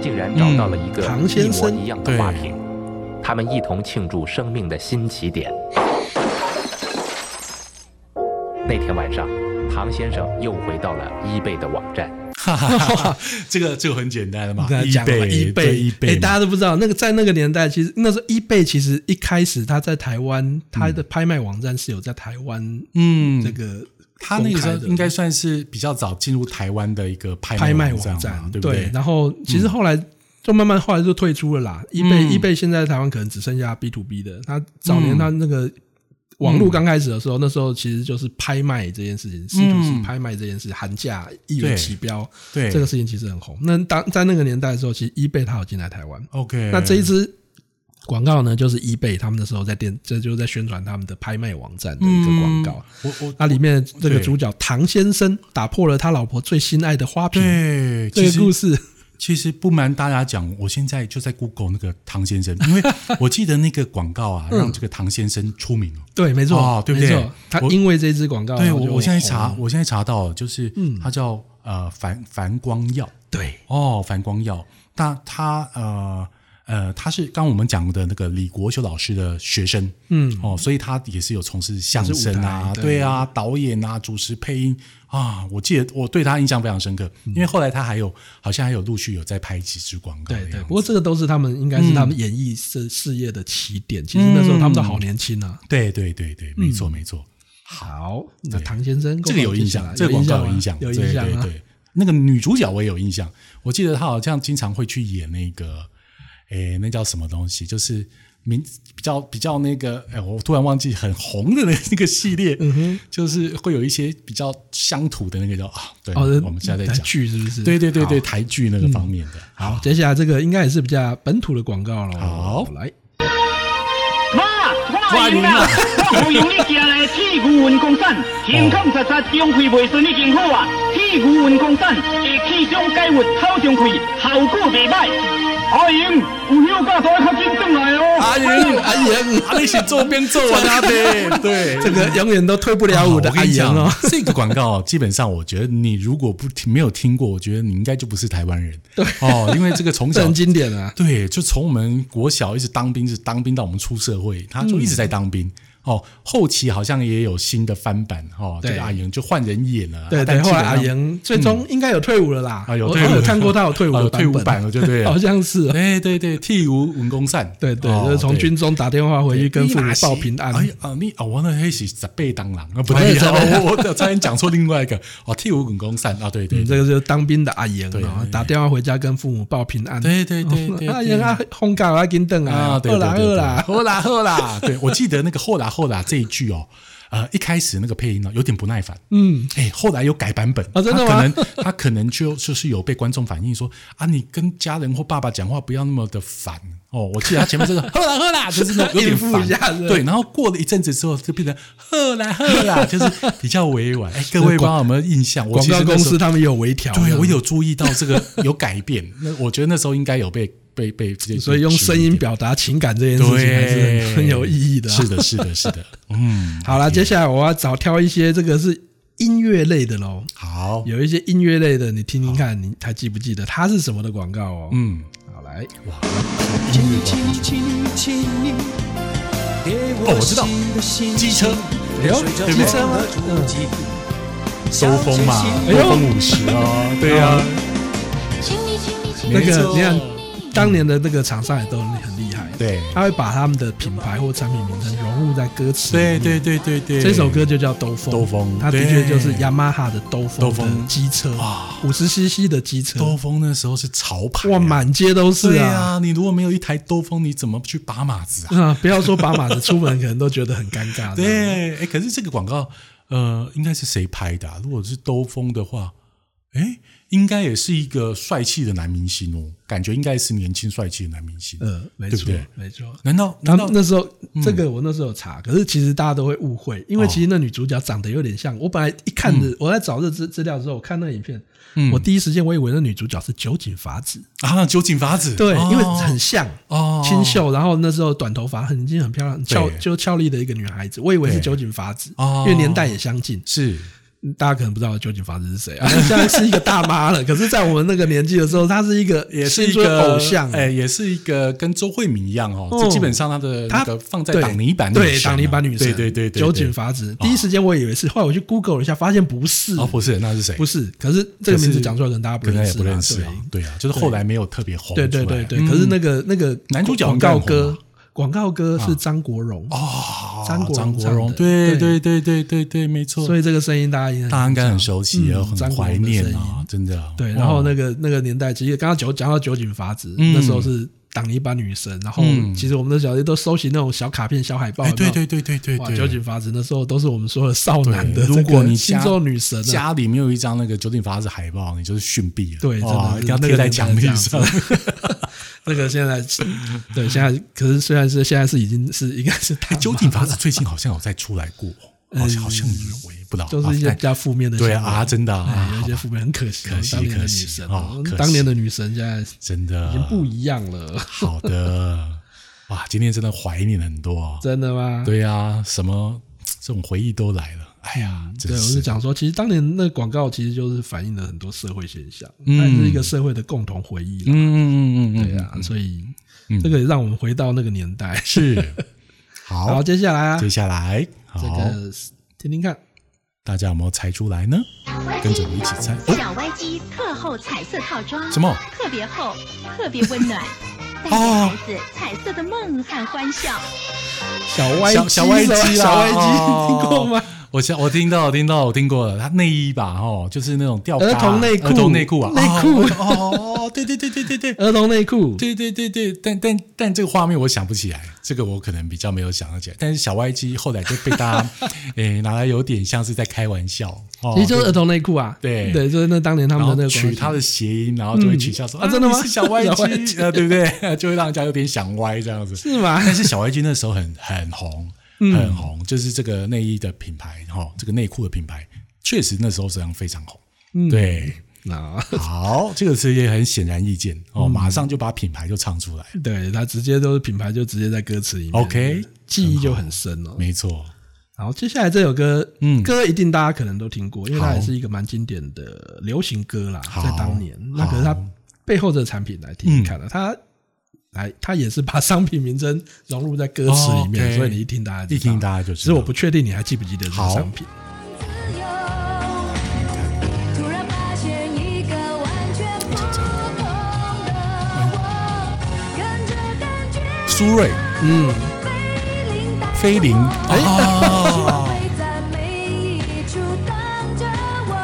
Speaker 2: 对，
Speaker 11: 竟然找到了
Speaker 10: 嗯
Speaker 11: 一个
Speaker 1: 庞
Speaker 11: 一
Speaker 1: 嗯先
Speaker 11: 模
Speaker 1: 生
Speaker 11: 一样的画
Speaker 2: 对
Speaker 11: 瓶。他们一同庆祝生命的新起点。那天晚上，庞先生又回到了 eBay 的网站。
Speaker 2: 哈哈哈哈，这个这个很简单的 嘛，
Speaker 1: 跟他讲了
Speaker 2: 一倍一
Speaker 1: 倍，
Speaker 2: 倍，
Speaker 1: 大家都不知道，那个在那个年代，其实那时候一倍其实一开始它在台湾，它的拍卖网站是有在台湾
Speaker 2: 嗯，
Speaker 1: 这个
Speaker 2: 他那个时
Speaker 1: 公
Speaker 2: 候
Speaker 1: 开的
Speaker 2: 应该算是比较早进入台湾的一个拍
Speaker 1: 拍卖
Speaker 2: 网
Speaker 1: 网
Speaker 2: 嘛
Speaker 1: 站，
Speaker 2: 对不
Speaker 1: 然后其实后来就慢慢后来就退出了啦。易贝
Speaker 2: 嗯
Speaker 1: 易贝现在台湾可能只剩下 B to B 的，它早年它那个网络刚开始的时候，那时候其实就是拍卖这件事情，C to C
Speaker 2: 嗯
Speaker 1: 拍卖这件事，喊价一元
Speaker 2: 对
Speaker 1: 起标，
Speaker 2: 对
Speaker 1: 这个事情其实很红。那当在那个年代的时候，其实易贝它有进来台湾，
Speaker 2: OK，
Speaker 1: 那这一支广告呢，就是易贝他们那时候在电，这就是在宣传他们的拍卖网站的一
Speaker 2: 嗯
Speaker 1: 个广告。
Speaker 2: 我我
Speaker 1: 那里面这个
Speaker 2: 对
Speaker 1: 主角唐先生打破了他老婆最心爱的花瓶，
Speaker 2: 对
Speaker 1: 这
Speaker 2: 其
Speaker 1: 个
Speaker 2: 实
Speaker 1: 故事，
Speaker 2: 其实不瞒大家讲，我现在就在 Google 那个唐先生， 因为我记得那个广告
Speaker 1: 嗯
Speaker 2: 啊，让这个唐先生出名了。
Speaker 1: 对，没错，
Speaker 2: 哦对不对
Speaker 1: 没错他
Speaker 2: 我
Speaker 1: 因为这支广告，
Speaker 2: 对
Speaker 1: 然后哦就嗯
Speaker 2: 我，我现在
Speaker 1: 红
Speaker 2: 查
Speaker 1: 了，
Speaker 2: 我现在查到了，就是他叫呃樊樊光耀，
Speaker 1: 对，
Speaker 2: 哦，樊光耀，那他呃呃，他是刚我们讲的那个李国修老师的学生，
Speaker 1: 嗯
Speaker 2: 哦，所以他也是有从事相声
Speaker 1: 他
Speaker 2: 啊，
Speaker 1: 是舞台对
Speaker 2: 对啊，导演啊，主持配音啊，我记得我对他印象非常深刻，
Speaker 1: 嗯
Speaker 2: 因为后来他还有好像还有陆续有在拍几支广告
Speaker 1: 对
Speaker 2: 的样子，
Speaker 1: 对。不过这个都是他们应该是他们演艺事事业的起
Speaker 2: 嗯
Speaker 1: 点，其实那时候他们都好年轻啊。
Speaker 2: 对对对对，
Speaker 1: 嗯
Speaker 2: 没错没错，
Speaker 1: 好，那
Speaker 2: 对
Speaker 1: 唐先生啊
Speaker 2: 这个有印象，这个广告有印象，
Speaker 1: 有印象
Speaker 2: 对
Speaker 1: 啊
Speaker 2: 对。对。那个女主角我也有印象，我记得她好像经常会去演那个，诶，那叫什么东西？就是名比较比较那个，哎，我突然忘记很红的那那个系列，
Speaker 1: 嗯
Speaker 2: 就是会有一些比较乡土的那个叫啊，对，
Speaker 1: 哦，
Speaker 2: 我们现在在
Speaker 1: 台
Speaker 2: 讲，
Speaker 1: 剧是不是？
Speaker 2: 对对对对，
Speaker 1: 好。嗯
Speaker 2: 台剧那个方面的，
Speaker 1: 好，接下来这个应该也是比较本土的广告了。
Speaker 2: 好
Speaker 1: 来，
Speaker 11: 我赢啦！我呼吁你行来铁牛运功散，健康实实，中气未顺已经好啊！铁牛运功散，会气中解郁，透中气，效果袂歹。阿英，有休假所以较紧转来哦。
Speaker 1: 阿莹，阿莹，
Speaker 2: 啊，那些周边做完 啊，对对，
Speaker 1: 这个永远都退不了我的
Speaker 2: 啊
Speaker 1: 阿
Speaker 2: 跟你
Speaker 1: 莹
Speaker 2: 讲
Speaker 1: 哦。
Speaker 2: 这个广告基本上，我觉得你如果不听没有听过，我觉得你应该就不是台湾人。对哦，因为这个 从
Speaker 1: 这
Speaker 2: 小
Speaker 1: 很经典啊。嗯
Speaker 2: 对，就从我们国小一直当兵，一直当兵到我们出社会，他就一直在当兵。哦，后期好像也有新的翻版哦，这
Speaker 1: 对
Speaker 2: 个阿莹就换人演了，啊
Speaker 1: 对
Speaker 2: 但
Speaker 1: 对，
Speaker 2: 基
Speaker 1: 后来
Speaker 2: 本
Speaker 1: 阿
Speaker 2: 上
Speaker 1: 莹最终应该有退伍了啦。
Speaker 2: 嗯啊有
Speaker 1: 我
Speaker 2: 退伍
Speaker 1: 我有
Speaker 2: 了
Speaker 1: 看过他有退伍
Speaker 2: 啊
Speaker 1: 的
Speaker 2: 有退伍版
Speaker 1: 版
Speaker 2: 了就对 了
Speaker 1: 好像是哦。
Speaker 2: 对对对，剃无文工散，
Speaker 1: 对对，
Speaker 2: 哦
Speaker 1: 就是从军中打电话回去跟父母报平安。
Speaker 2: 哎呀啊，你啊，我那黑是十倍当狼啊，不
Speaker 1: 哎
Speaker 2: 对，
Speaker 1: 十倍
Speaker 2: 哦我我差点讲错另外一个哦，剃无文工散啊，对对
Speaker 1: 嗯，这
Speaker 2: 对
Speaker 1: 个就是当兵的阿莹
Speaker 2: 对
Speaker 1: 啊
Speaker 2: 对，
Speaker 1: 打电话回家跟父母报平安。
Speaker 2: 对对对对，
Speaker 1: 阿
Speaker 2: 对
Speaker 1: 莹啊，轰嘎啊，金等
Speaker 2: 啊，
Speaker 1: 啊，
Speaker 2: 对
Speaker 1: 饿
Speaker 2: 对
Speaker 1: 啦
Speaker 2: 对
Speaker 1: 饿
Speaker 2: 对
Speaker 1: 啦，
Speaker 2: 后啦后啦，对我记得那个后啦后啦这一句哦，呃，一开始那个配音哦呢有点不耐烦，
Speaker 1: 嗯，
Speaker 2: 哎，后来有改版本
Speaker 1: 啊真的
Speaker 2: 他可
Speaker 1: 吗
Speaker 2: 能他可能就就是有被观众反映说啊，你跟家人或爸爸讲话不要那么的烦哦。我记得他前面这个 喝啦喝啦，就是那种有点
Speaker 1: 应付
Speaker 2: 烦
Speaker 1: 一下是吧
Speaker 2: 对。然后过了一阵子之后，就变成喝啦喝 啦，就是比较委婉。哎，各位不知道有没有印象？我
Speaker 1: 广
Speaker 2: 其实
Speaker 1: 告
Speaker 2: 那
Speaker 1: 公
Speaker 2: 时候
Speaker 1: 司他们也有微调，
Speaker 2: 对我，有注意到这个有改变。 那我觉得那时候应该有被被被，被
Speaker 1: 所以用声音表达情感这件事情还是
Speaker 2: 对
Speaker 1: 很很 有意义的啊。
Speaker 2: 是的，是的，是的。嗯，
Speaker 1: 好啦，接下来我要找挑一些这个是音乐类的喽，
Speaker 2: 好，
Speaker 1: 有一些音乐类的，你听听看，你还记不记得它是什么的广告哦？，
Speaker 2: 嗯，
Speaker 1: 好来，
Speaker 2: 哦，我知道，
Speaker 1: 哎
Speaker 2: 机车。
Speaker 1: 哟，
Speaker 2: 对不
Speaker 1: 机
Speaker 2: 对
Speaker 1: 车吗？嗯，
Speaker 2: 收风嘛，
Speaker 1: 哎
Speaker 2: 收
Speaker 1: 呦
Speaker 2: 风五十啊，对啊，
Speaker 1: 那
Speaker 2: 没
Speaker 1: 个
Speaker 2: 错
Speaker 1: 你看，当年的那个厂商也都很厉害，
Speaker 2: 对
Speaker 1: 他会把他们的品牌或产品名称融入在歌词里
Speaker 2: 对
Speaker 1: 面。
Speaker 2: 对对对对，
Speaker 1: 哎这首歌就叫《兜风》，
Speaker 2: 兜风
Speaker 1: 它的
Speaker 2: 对
Speaker 1: 确就是雅马哈的兜
Speaker 2: 兜
Speaker 1: 风
Speaker 2: 风
Speaker 1: 的机车
Speaker 2: 哇，
Speaker 1: 五十 CC 的机车，
Speaker 2: 兜风那时候是潮牌啊，
Speaker 1: 哇，满街都是
Speaker 2: 对
Speaker 1: 啊！
Speaker 2: 啊，你如果没有一台兜风，你怎么去把马子 啊？
Speaker 1: 啊，不要说把马子，出门可能都觉得很尴尬。这样，
Speaker 2: 对，哎，可是这个广告，呃，应该是谁拍的啊？如果是兜风的话，哎，应该也是一个帅气的男明星哦，感觉应该是年轻帅气的男明星。
Speaker 1: 呃，没
Speaker 2: 对不
Speaker 1: 错
Speaker 2: 对，嗯
Speaker 1: 没错。
Speaker 2: 难道
Speaker 1: 他
Speaker 2: 难
Speaker 1: 们
Speaker 2: 道
Speaker 1: 那时候，这个我那时候有查，可是其实大家都会误会，
Speaker 2: 哦
Speaker 1: 因为其实那女主角长得有点像。我本来一看
Speaker 2: 嗯
Speaker 1: 的，我在找这资资料之后，我看那影片，我第一时间我以为那女主角是酒井法子，
Speaker 2: 啊？酒井法子
Speaker 1: 对，
Speaker 2: 哦
Speaker 1: 因为很像
Speaker 2: 哦
Speaker 1: 清秀，然后那时候短头发，很已经很漂亮，俏就俏丽的一个女孩子，我以为是
Speaker 2: 对
Speaker 1: 酒井法子，
Speaker 2: 哦
Speaker 1: 因为年代也相近，
Speaker 2: 是
Speaker 1: 大家可能不知道酒井法子是谁啊， 现在是一个大妈了，可是，在我们那个年纪的时候，她是一个
Speaker 2: 也是一
Speaker 1: 青春
Speaker 2: 个
Speaker 1: 偶像，
Speaker 2: 哎、也是一个跟周慧敏一样哦，
Speaker 1: 哦
Speaker 2: 这基本上他的那
Speaker 1: 她
Speaker 2: 个放在
Speaker 1: 对
Speaker 2: 挡泥板女神
Speaker 1: 对
Speaker 2: 啊
Speaker 1: 挡泥板女神，
Speaker 2: 对对对对，
Speaker 1: 酒井
Speaker 2: 法
Speaker 1: 法子，第一时间我以为是，后来我去 Google 了一下，发现不是，
Speaker 2: 哦，不是，那是谁？
Speaker 1: 不
Speaker 2: 是，
Speaker 1: 是，可是这个名字讲出来，可能大家不
Speaker 2: 可能
Speaker 1: 认
Speaker 2: 也
Speaker 1: 识啦，
Speaker 2: 不认识啊，对啊，就是后来没有特别红出
Speaker 1: 对
Speaker 2: 来，
Speaker 1: 对对对，
Speaker 2: 嗯
Speaker 1: 可是那个那个
Speaker 2: 男主角
Speaker 1: 广告
Speaker 2: 应该很红
Speaker 1: 歌
Speaker 2: 吧，啊
Speaker 1: 广告歌是张国荣
Speaker 2: 哦，
Speaker 1: 张国荣
Speaker 2: 张国
Speaker 1: 唱的
Speaker 2: 荣，对对
Speaker 1: 对
Speaker 2: 对对对对，没错，
Speaker 1: 所以这个声音大家应该
Speaker 2: 大家应该很熟悉，
Speaker 1: 嗯
Speaker 2: 也很
Speaker 1: 张国
Speaker 2: 怀
Speaker 1: 荣的
Speaker 2: 念
Speaker 1: 声
Speaker 2: 啊
Speaker 1: 音，
Speaker 2: 真的啊。
Speaker 1: 对，
Speaker 2: 哇
Speaker 1: 然后那个那个年代，其实刚刚九讲到酒井法子，
Speaker 2: 嗯
Speaker 1: 那时候是挡泥板女神，然后
Speaker 2: 嗯
Speaker 1: 其实我们的小弟都收集那种小卡片、小海报，
Speaker 2: 哎，
Speaker 1: 有没
Speaker 2: 对
Speaker 1: 有
Speaker 2: 对对对对
Speaker 1: 哇，
Speaker 2: 对，
Speaker 1: 酒井法子那时候都是我们说的少男的
Speaker 2: 对
Speaker 1: 这
Speaker 2: 如
Speaker 1: 个
Speaker 2: 果你
Speaker 1: 心
Speaker 2: 家
Speaker 1: 中女神啊，
Speaker 2: 家里没有一张那个九鼎法子海报，你就是逊毙了。
Speaker 1: 对，真
Speaker 2: 哇
Speaker 1: 的
Speaker 2: 哦一定要
Speaker 1: 那个
Speaker 2: 贴在
Speaker 1: 年代
Speaker 2: 墙壁
Speaker 1: 这样子
Speaker 2: 上。
Speaker 1: 那个现在是，对，现在可是虽然是现在是已经是应该是大
Speaker 2: 哎，
Speaker 1: 麻
Speaker 2: 九鼎法子最近好像有再出来过，好像
Speaker 1: 嗯
Speaker 2: 好像有，我也不知道，
Speaker 1: 就是一些
Speaker 2: 啊
Speaker 1: 比较负面的新
Speaker 2: 但对
Speaker 1: 闻
Speaker 2: 啊，真的
Speaker 1: 哎
Speaker 2: 啊，
Speaker 1: 有一
Speaker 2: 好
Speaker 1: 些
Speaker 2: 吧
Speaker 1: 负面很可惜哦，当
Speaker 2: 可惜
Speaker 1: 年的
Speaker 2: 可
Speaker 1: 女
Speaker 2: 惜
Speaker 1: 神啊
Speaker 2: 哦可惜
Speaker 1: 当年的女神现在已
Speaker 2: 真的啊
Speaker 1: 经不一样了，
Speaker 2: 好的。哇，今天真的怀念很多啊。
Speaker 1: 真的吗？
Speaker 2: 对啊，什么这种回忆都来了。哎呀，真
Speaker 1: 嗯对，我
Speaker 2: 是
Speaker 1: 是讲说，其实当年那个广告其实就是反映了很多社会现象，
Speaker 2: 嗯
Speaker 1: 它也是一个社会的共同回忆啦。
Speaker 2: 嗯嗯嗯嗯，
Speaker 1: 对啊，所以
Speaker 2: 嗯
Speaker 1: 这个也让我们回到那个年代。
Speaker 2: 是好
Speaker 1: 好，。接下来啊，
Speaker 2: 接下来，
Speaker 1: 这
Speaker 2: 好，
Speaker 1: 个听听看，
Speaker 2: 大家有没有猜出来呢？跟着我一起猜哦
Speaker 8: 小歪鸡特厚彩色套装，
Speaker 2: 什么
Speaker 8: 特别厚，特别温 暖，带给
Speaker 2: 哦
Speaker 8: 孩子彩色的梦和欢笑。
Speaker 1: 小歪
Speaker 2: 小小歪
Speaker 1: 鸡
Speaker 2: 鸡
Speaker 1: 是吧
Speaker 2: 啦，
Speaker 1: 小歪鸡，
Speaker 2: 哦
Speaker 1: 听过吗？？
Speaker 2: 我想我听到，我听到，我听过了。他内衣吧，哦，就是那种吊嘎
Speaker 1: 儿童内裤
Speaker 2: 儿童内裤啊，
Speaker 1: 内裤
Speaker 2: 哦哦哦，对对对对对对。
Speaker 1: 儿童内裤，
Speaker 2: 对对对对，但但但这个画面我想不起来，这个我可能比较没有想得起来。但是小歪鸡后来就被大家， 诶、拿来有点像是在开玩笑，哦
Speaker 1: 其实就是儿童内裤啊。
Speaker 2: 对
Speaker 1: 对，就是那当年他
Speaker 2: 然
Speaker 1: 们
Speaker 2: 后
Speaker 1: 的那个广告
Speaker 2: 取
Speaker 1: 词
Speaker 2: 他的谐音，然后就会
Speaker 1: 嗯
Speaker 2: 取笑说、
Speaker 1: 啊真的吗
Speaker 2: 你是 小歪
Speaker 1: 小歪
Speaker 2: 鸡，
Speaker 1: 鸡
Speaker 2: 啊，对不对？ 就会让人家有点想歪这样子。
Speaker 1: 是吗？嗯
Speaker 2: 但是小歪君那时候很很红，很红，就是这个内衣的品牌哈、哦，这个内裤的品牌，确实那时候实际上非常红。
Speaker 1: 嗯
Speaker 2: 对，
Speaker 1: 啊，
Speaker 2: 好，这个是也很显然易见哦，
Speaker 1: 嗯
Speaker 2: 马上就把品牌就唱出来了，
Speaker 1: 对他直接都是品牌，就直接在歌词里面
Speaker 2: OK，
Speaker 1: 记忆就很深哦。
Speaker 2: 没错。
Speaker 1: 然后接下来这首歌，
Speaker 2: 嗯
Speaker 1: 歌一定大家可能都听过，因为它
Speaker 2: 好
Speaker 1: 也是一个蛮经典的流行歌啦，
Speaker 2: 好嗯
Speaker 1: 在当年。那可是它背后的产品来听听看了，它来，它也是把商品名称融入在歌词里面，
Speaker 2: 哦，OK
Speaker 1: 所以你一听大家就知道
Speaker 2: 一听大家就
Speaker 1: 只
Speaker 2: 知
Speaker 1: 是
Speaker 2: 道。
Speaker 1: 我不确定你还记不记得这个
Speaker 2: 好
Speaker 1: 商品。
Speaker 4: 突然发现一个完全不同的我，跟着感觉
Speaker 2: 苏芮，
Speaker 1: 嗯，
Speaker 2: 菲林，
Speaker 4: 哎
Speaker 2: 哦
Speaker 4: 会在每一处等着我。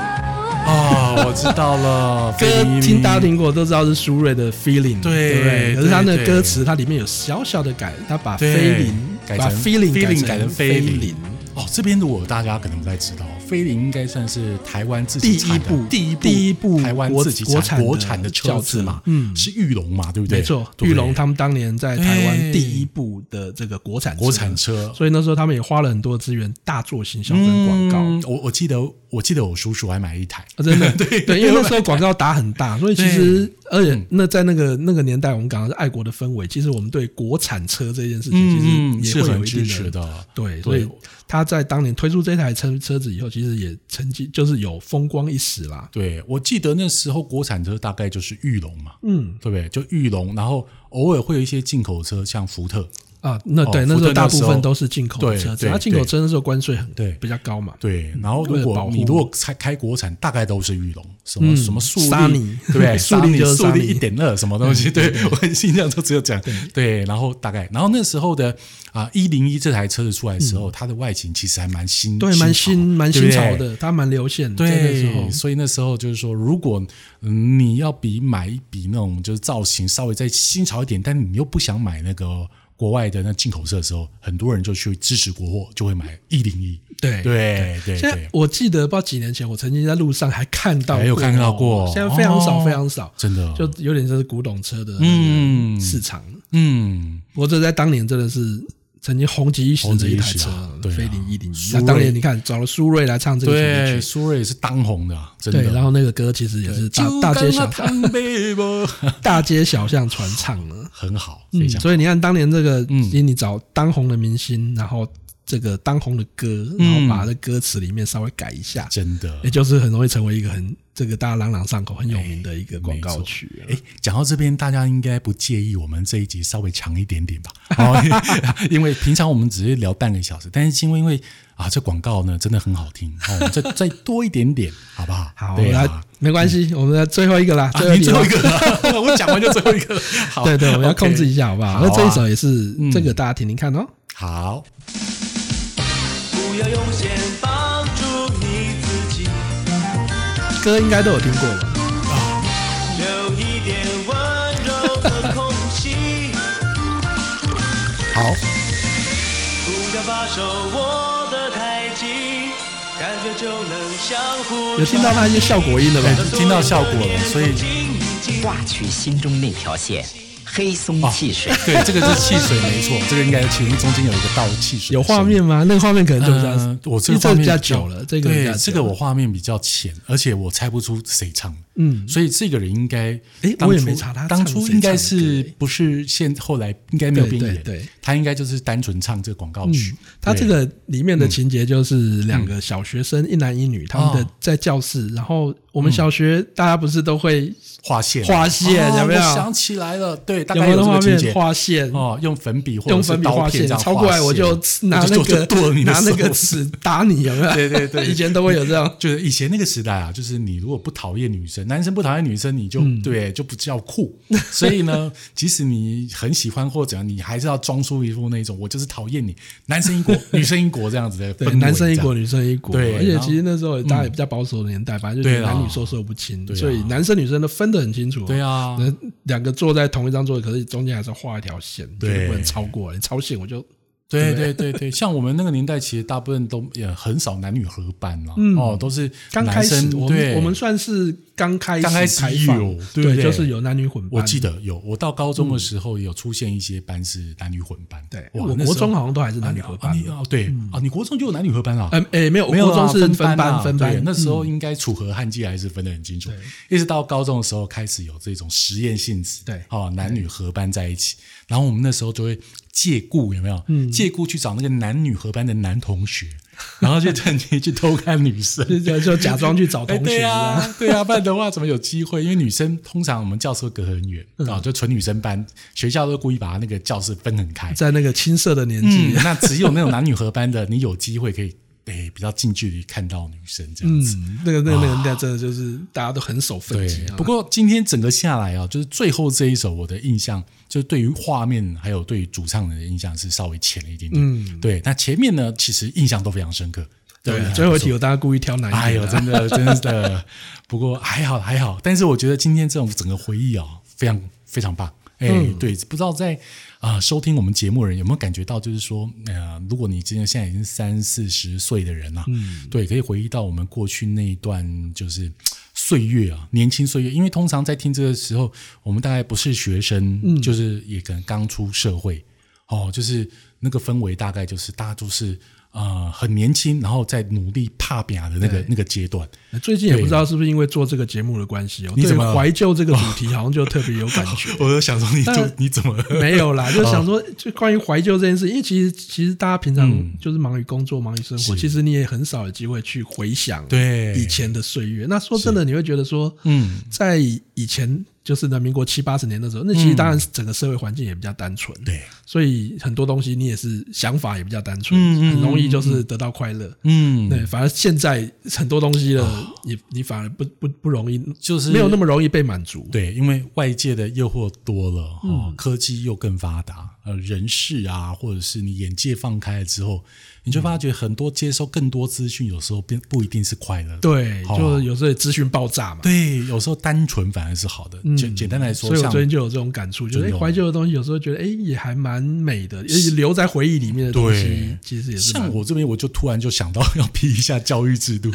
Speaker 2: 哦，我知道 了，菲
Speaker 1: 歌
Speaker 2: 林
Speaker 1: 听大家听过都知道是苏芮的 feeling，
Speaker 2: 对
Speaker 1: 对不对？
Speaker 2: 对
Speaker 1: 可是他的
Speaker 2: 对
Speaker 1: 歌词它里面有小小的改，他把
Speaker 2: 对
Speaker 1: feeling
Speaker 2: 改
Speaker 1: 把
Speaker 2: 成
Speaker 1: feeling
Speaker 2: 改
Speaker 1: 成
Speaker 2: 成菲林
Speaker 1: 林。。
Speaker 2: 哦，这边的我大家可能不太知道，菲林应该算是台湾自
Speaker 1: 第
Speaker 2: 己
Speaker 1: 一
Speaker 2: 产的
Speaker 1: 部，
Speaker 2: 第一部
Speaker 1: 第一部
Speaker 2: 台湾
Speaker 1: 国
Speaker 2: 自己
Speaker 1: 国产
Speaker 2: 产
Speaker 1: 的
Speaker 2: 国产的
Speaker 1: 轿
Speaker 2: 车
Speaker 1: 车
Speaker 2: 子嘛，
Speaker 1: 嗯
Speaker 2: 是玉龙嘛，对不对？
Speaker 1: 没错，
Speaker 2: 对
Speaker 1: 玉龙他们当年在台湾
Speaker 2: 对
Speaker 1: 第一部的这个国产
Speaker 2: 国产车
Speaker 1: 所以那时候他们也花了很多资源大做行销跟广告。
Speaker 2: 嗯我我记得我记得我叔叔还买一台，
Speaker 1: 啊真 的对嗯
Speaker 2: 对
Speaker 1: 因为那时候广告打很大，所以其实而且那在那个那个年代，我们讲的是爱国的氛围，其实我们对国产车这件事情
Speaker 2: 嗯，
Speaker 1: 其实
Speaker 2: 是
Speaker 1: 也会有
Speaker 2: 很
Speaker 1: 一
Speaker 2: 支
Speaker 1: 定
Speaker 2: 持
Speaker 1: 的。
Speaker 2: 的，
Speaker 1: 对，所以他在当年推出这台车车子以后，其实也曾经就是有风光一时啦。
Speaker 2: 对，我记得那时候国产车大概就是玉龙嘛，
Speaker 1: 嗯
Speaker 2: 对不对？就玉龙，然后偶尔会有一些进口车，像福特，
Speaker 1: 啊，那
Speaker 2: 哦
Speaker 1: 对、
Speaker 2: 福
Speaker 1: 那时候
Speaker 2: 特
Speaker 1: 大
Speaker 2: 那
Speaker 1: 部
Speaker 2: 时候
Speaker 1: 分都是进口的
Speaker 2: 对
Speaker 1: 车子，
Speaker 2: 对
Speaker 1: 它进口车那时候关税很
Speaker 2: 对
Speaker 1: 比较高嘛。
Speaker 2: 对。然后
Speaker 1: 为
Speaker 2: 如
Speaker 1: 了保
Speaker 2: 果
Speaker 1: 护
Speaker 2: 你如果开开国产，大概都是玉龙，什么、
Speaker 1: 嗯
Speaker 2: 什么速
Speaker 1: 沙尼
Speaker 2: 力，对不对？
Speaker 1: 速力就是
Speaker 2: 速
Speaker 1: 沙嗯尼
Speaker 2: 力一点二什么东西，对 我印象中只有讲对。然后大概，然后那时候的啊一零一这台车子出来的时候，它的外形其实还蛮新，
Speaker 1: 嗯对，蛮新
Speaker 2: 新
Speaker 1: 蛮新潮
Speaker 2: 对不对
Speaker 1: 的，它蛮流线的。在那时候
Speaker 2: 对，所以那时候就是说，如果嗯你要比买一笔那种就是造型稍微再新潮一点，但你又不想买那个国外的那进口车的时候，很多人就去支持国货，就会买一零一。
Speaker 1: 对
Speaker 2: 对对
Speaker 1: 现在
Speaker 2: 对，
Speaker 1: 我记得不知道几年前，我曾经在路上还看到过，哦
Speaker 2: 哎还有看到过
Speaker 1: 现在非常少，
Speaker 2: 哦
Speaker 1: 非常少，
Speaker 2: 真的
Speaker 1: 就有点像是古董车的那个
Speaker 2: 嗯
Speaker 1: 市场。
Speaker 2: 嗯，
Speaker 1: 不过这在当年真的是曾经红极一时
Speaker 2: 红
Speaker 1: 的
Speaker 2: 极
Speaker 1: 一
Speaker 2: 一
Speaker 1: 台
Speaker 2: 时
Speaker 1: 车
Speaker 2: 啊，对啊
Speaker 1: 菲林一零一。
Speaker 2: 苏
Speaker 1: 那
Speaker 2: 芮
Speaker 1: 当年你看找了苏芮来唱这个主
Speaker 2: 对，
Speaker 1: 题曲，
Speaker 2: 苏芮也是当红的啊，真的。
Speaker 1: 对，然后那个歌其实也是大
Speaker 2: 就
Speaker 1: 大街
Speaker 2: 跟
Speaker 1: 小
Speaker 2: 我干杯吧
Speaker 1: 大街小巷传唱了。
Speaker 2: 很好，非
Speaker 1: 嗯，
Speaker 2: 常好
Speaker 1: 所以你看，当年这个，
Speaker 2: 嗯
Speaker 1: 你找当红的明星，然后这个当红的歌，
Speaker 2: 嗯
Speaker 1: 然后把这歌词里面稍微改一下，
Speaker 2: 真的
Speaker 1: 也。就是很容易成为一个很这个大家朗朗上口、很有名的一个广告曲了。
Speaker 2: 哎，讲到这边，大家应该不介意我们这一集稍微长一点点 吧？哦， 因为平常我们只是聊半个小时，但是因为因为啊，这广告呢真的很好听，哦，我 们再再多一点点，好不好？
Speaker 1: 好，
Speaker 2: 对
Speaker 1: 来
Speaker 2: 啊，
Speaker 1: 没关系，我们的最后一个啦，
Speaker 2: 啊，你
Speaker 1: 题
Speaker 2: 最
Speaker 1: 啦
Speaker 2: 后一个 了，我讲完就最后一个了。好，
Speaker 1: 对对，我们要
Speaker 2: OK
Speaker 1: 控制一下，好不好？
Speaker 2: 啊
Speaker 1: 那这一首也是
Speaker 2: 嗯
Speaker 1: 这个，大家听听看哦。
Speaker 2: 好，
Speaker 10: 不要用钱帮助你自己，
Speaker 1: 歌应该都有听过吧？
Speaker 10: 留一点温柔的空隙。
Speaker 2: 好，
Speaker 10: 不要把手握得太紧，感觉就能相互
Speaker 1: 有听到它一些效果音的吧？
Speaker 2: 对，听到效果了，所以
Speaker 3: 划去心中那条线，黑松汽水。
Speaker 2: 对，这个是汽水没错，这个应该是其中中间有一个倒汽水，
Speaker 1: 有画面。吗？那个画面可能就比较，
Speaker 2: 呃，我这
Speaker 1: 因
Speaker 2: 个
Speaker 1: 为这个
Speaker 2: 画
Speaker 1: 比较
Speaker 2: 面比较
Speaker 1: 久了，这个比较
Speaker 2: 对
Speaker 1: 久
Speaker 2: 这个
Speaker 1: 了
Speaker 2: 我画面比较浅，而且我猜不出谁唱的，
Speaker 1: 嗯
Speaker 2: 所以这个人应该，
Speaker 1: 诶
Speaker 2: 当
Speaker 1: 我也
Speaker 2: 初
Speaker 1: 没查他
Speaker 2: 当
Speaker 1: 唱
Speaker 2: 初
Speaker 1: 谁
Speaker 2: 应
Speaker 1: 唱
Speaker 2: 该
Speaker 1: 的
Speaker 2: 是
Speaker 1: 歌诶
Speaker 2: 不是现后来应该没有
Speaker 1: 对
Speaker 2: 变
Speaker 1: 对
Speaker 2: 演，
Speaker 1: 对
Speaker 2: 他应该就是单纯唱这个广告曲
Speaker 1: 嗯，，它这
Speaker 2: 对嗯
Speaker 1: 个里面的情节就是两个小学生，一男一女，他们的
Speaker 2: 哦嗯
Speaker 1: 在教室，然后我们小学大家不是都会
Speaker 2: 划线
Speaker 1: 划线
Speaker 2: 哦
Speaker 1: 有没有
Speaker 2: 我想起来了，对，大
Speaker 1: 有
Speaker 2: 概
Speaker 1: 没有
Speaker 2: 有
Speaker 1: 那
Speaker 2: 这
Speaker 1: 画
Speaker 2: 个情
Speaker 1: 面
Speaker 2: 节。
Speaker 1: 画线
Speaker 2: 哦，用粉笔或者
Speaker 1: 用
Speaker 2: 是
Speaker 1: 粉笔
Speaker 2: 刀
Speaker 1: 画线
Speaker 2: 片这样
Speaker 1: 超过来，我就拿那
Speaker 2: 我就
Speaker 1: 个
Speaker 2: 剁了你 的
Speaker 1: 拿那个
Speaker 2: 手
Speaker 1: 尺打你，有没有？
Speaker 2: 对对对
Speaker 1: 以前都会有这 样。
Speaker 2: 就是以前那个时代啊，就是你如果不讨厌女生，男生不讨厌女生，你就、对就不叫酷。所以呢，即使你很喜欢或者怎样，你还是要装出一副那种我就是讨厌你，男生一国，女生一国这样子的氛
Speaker 1: 对，
Speaker 2: 围
Speaker 1: 男生一
Speaker 2: 这
Speaker 1: 国，
Speaker 2: 样
Speaker 1: 女生一国。
Speaker 2: 对
Speaker 1: 而且
Speaker 2: 然后嗯
Speaker 1: 其实那时候大家也比较保守的年代，反正就觉得
Speaker 2: 对啦
Speaker 1: 男女授受不亲，
Speaker 2: 对啊
Speaker 1: 所以男生女生都分得很清楚。
Speaker 2: 对啊
Speaker 1: 那两个坐在同一张桌子，可是中间还是画一条线，
Speaker 2: 对
Speaker 1: 绝不能超过。你超线我就
Speaker 2: 对对对对，像我们那个年代，其实大部分都也很少男女合办了、
Speaker 1: 嗯
Speaker 2: 哦，都是
Speaker 1: 刚开始
Speaker 2: 男，生
Speaker 1: 我
Speaker 2: 对
Speaker 1: 们我们算是刚开始
Speaker 2: 刚开始
Speaker 1: 开放
Speaker 2: 有对不
Speaker 1: 对，
Speaker 2: 对
Speaker 1: 就是有男女混班。
Speaker 2: 我记得有，我到高中的时候有出现一些班是男女混班，
Speaker 1: 对
Speaker 2: 哇
Speaker 1: 我
Speaker 2: 那时候
Speaker 1: 国中好像都还是男女合班
Speaker 2: 啊你啊，对啊，你国中就有男女合班啊？
Speaker 1: 嗯诶没有
Speaker 2: 没有啊
Speaker 1: 国中是
Speaker 2: 分啊
Speaker 1: 分班分班
Speaker 2: 对那时候
Speaker 1: 嗯
Speaker 2: 应该楚河汉界还是分得很清楚，一直到高中的时候开始有这种实验性质，
Speaker 1: 对
Speaker 2: 哦，男女合班在一起，
Speaker 1: 嗯
Speaker 2: 然后我们那时候就会借故有没有？借故去找那个男女合班的男同学，然后去趁机去偷看女生，
Speaker 1: 就就假装去找同学
Speaker 2: 哎对
Speaker 1: 这
Speaker 2: 啊
Speaker 1: 样，
Speaker 2: 对啊，不然的话怎么有机会？因为女生通常我们教室隔很远
Speaker 1: 嗯
Speaker 2: 啊，就纯女生班，学校都故意把那个教室分很开。
Speaker 1: 在那个青涩的年纪
Speaker 2: 嗯，，那只有那种男女合班的，你有机会可以诶、比较近距离看到女生这样子。
Speaker 1: 嗯，那个那个那个年代真的就是大家都很守分
Speaker 2: 对
Speaker 1: 级啊，。
Speaker 2: 不过今天整个下来啊，就是最后这一首，我的印象就是对于画面还有对于主唱人的印象是稍微浅了一点点。
Speaker 1: 嗯
Speaker 2: 对，那前面呢，其实印象都非常深刻。
Speaker 1: 对
Speaker 2: 对，
Speaker 1: 啊，最后一题有大家故意挑难
Speaker 2: 哎
Speaker 1: 一
Speaker 2: 呦，
Speaker 1: 点的啊，
Speaker 2: 真的，真的。 不过还好，还好。但是我觉得今天这种整个回忆啊、非常非常棒。哎、
Speaker 1: 嗯
Speaker 2: 对，不知道在啊、呃收听我们节目的人有没有感觉到，就是说，呃，如果你今天现在已经三四十岁的人了、啊
Speaker 1: 嗯
Speaker 2: 对，可以回忆到我们过去那一段就是嘖岁月啊，年轻岁月。因为通常在听这个时候，我们大概不是学生，
Speaker 1: 嗯
Speaker 2: 就是也可能刚出社会，哦，就是那个氛围大概就是大家都是呃很年轻，然后在努力怕表的那个那个阶段。
Speaker 1: 最近也不知道是不是因为做这个节目的关系哦，
Speaker 2: 你
Speaker 1: 对
Speaker 2: 怎么
Speaker 1: 怀旧这个主题好像就特别有感觉。
Speaker 2: 我就想说你
Speaker 1: 但
Speaker 2: 就你怎么了
Speaker 1: 没有啦，就想说，就关于怀旧这件事，因为其实其实大家平常就是忙于工作、忙于生活，
Speaker 2: 嗯是
Speaker 1: 其实你也很少有机会去回想
Speaker 2: 对
Speaker 1: 以前的岁月。那说真的，你会觉得说，
Speaker 2: 嗯
Speaker 1: 在以前就是在民国七八十年的时候，那其实当然整个社会环境也比较单纯，
Speaker 2: 嗯对，
Speaker 1: 所以很多东西你也是想法也比较单纯，
Speaker 2: 嗯嗯
Speaker 1: 很容易就是得到快乐。
Speaker 2: 嗯，哦
Speaker 1: 对，反而现在很多东西了，你你反而不不不容易，
Speaker 2: 就是
Speaker 1: 没有那么容易被满足。
Speaker 2: 对，因为外界的诱惑多了，哦，
Speaker 1: 嗯
Speaker 2: 科技又更发达，呃，人事啊，或者是你眼界放开了之后，你就
Speaker 1: 嗯
Speaker 2: 发觉很多接收更多资讯，有时候并不一定是快乐的。
Speaker 1: 对，
Speaker 2: 哦
Speaker 1: 就是有时候也资讯爆炸嘛。
Speaker 2: 对，有时候单纯反而是好的。简、简单来
Speaker 1: 嗯
Speaker 2: 说，
Speaker 1: 所以我
Speaker 2: 像
Speaker 1: 最近就有这种感触，就是
Speaker 2: 真
Speaker 1: 哎
Speaker 2: 的哦
Speaker 1: 怀旧的东西有时候觉得哎也还蛮美的，也留在回忆里面的东西
Speaker 2: 对，
Speaker 1: 其实也是蛮
Speaker 2: 像我这边，我就突然就想到要批一下教 育制度。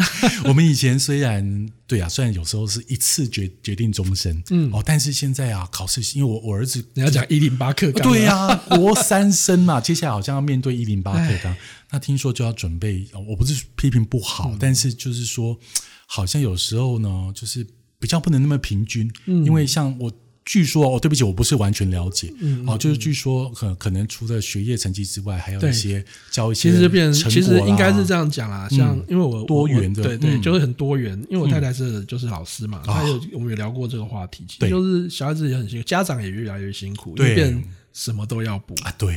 Speaker 2: 我们以前虽然对啊，虽然有时候是一次决决定终身，
Speaker 1: 嗯
Speaker 2: 哦，但是现在啊，考试因为我我儿子
Speaker 1: 你要讲一零八课纲，
Speaker 2: 啊对呀、国三生嘛，接下来好像要面对一零八课纲，那听说就要准备。呃我不是批评不好，
Speaker 1: 嗯
Speaker 2: 但是就是说，好像有时候呢，就是比较不能那么平均，
Speaker 1: 嗯
Speaker 2: 因为像我。据说哦，对不起，我不是完全了解。
Speaker 1: 嗯嗯
Speaker 2: 哦，就是据说可可能除了学业成绩之外，还有
Speaker 1: 对
Speaker 2: 一些教一些
Speaker 1: 其实就变成，
Speaker 2: 成
Speaker 1: 其
Speaker 2: 果啊
Speaker 1: 实
Speaker 2: 啦
Speaker 1: 应该是这样讲啦。像
Speaker 2: 嗯
Speaker 1: 因为我
Speaker 2: 多元的
Speaker 1: 我对对，
Speaker 2: 嗯哦
Speaker 1: 就是很多元。因为我太太是就是老师嘛，她有我们有聊过这个话题，其实
Speaker 2: 对
Speaker 1: 就是小孩子也很辛苦，家长也越来越辛苦，因
Speaker 2: 对
Speaker 1: 为变什么都要补。
Speaker 2: 啊，对，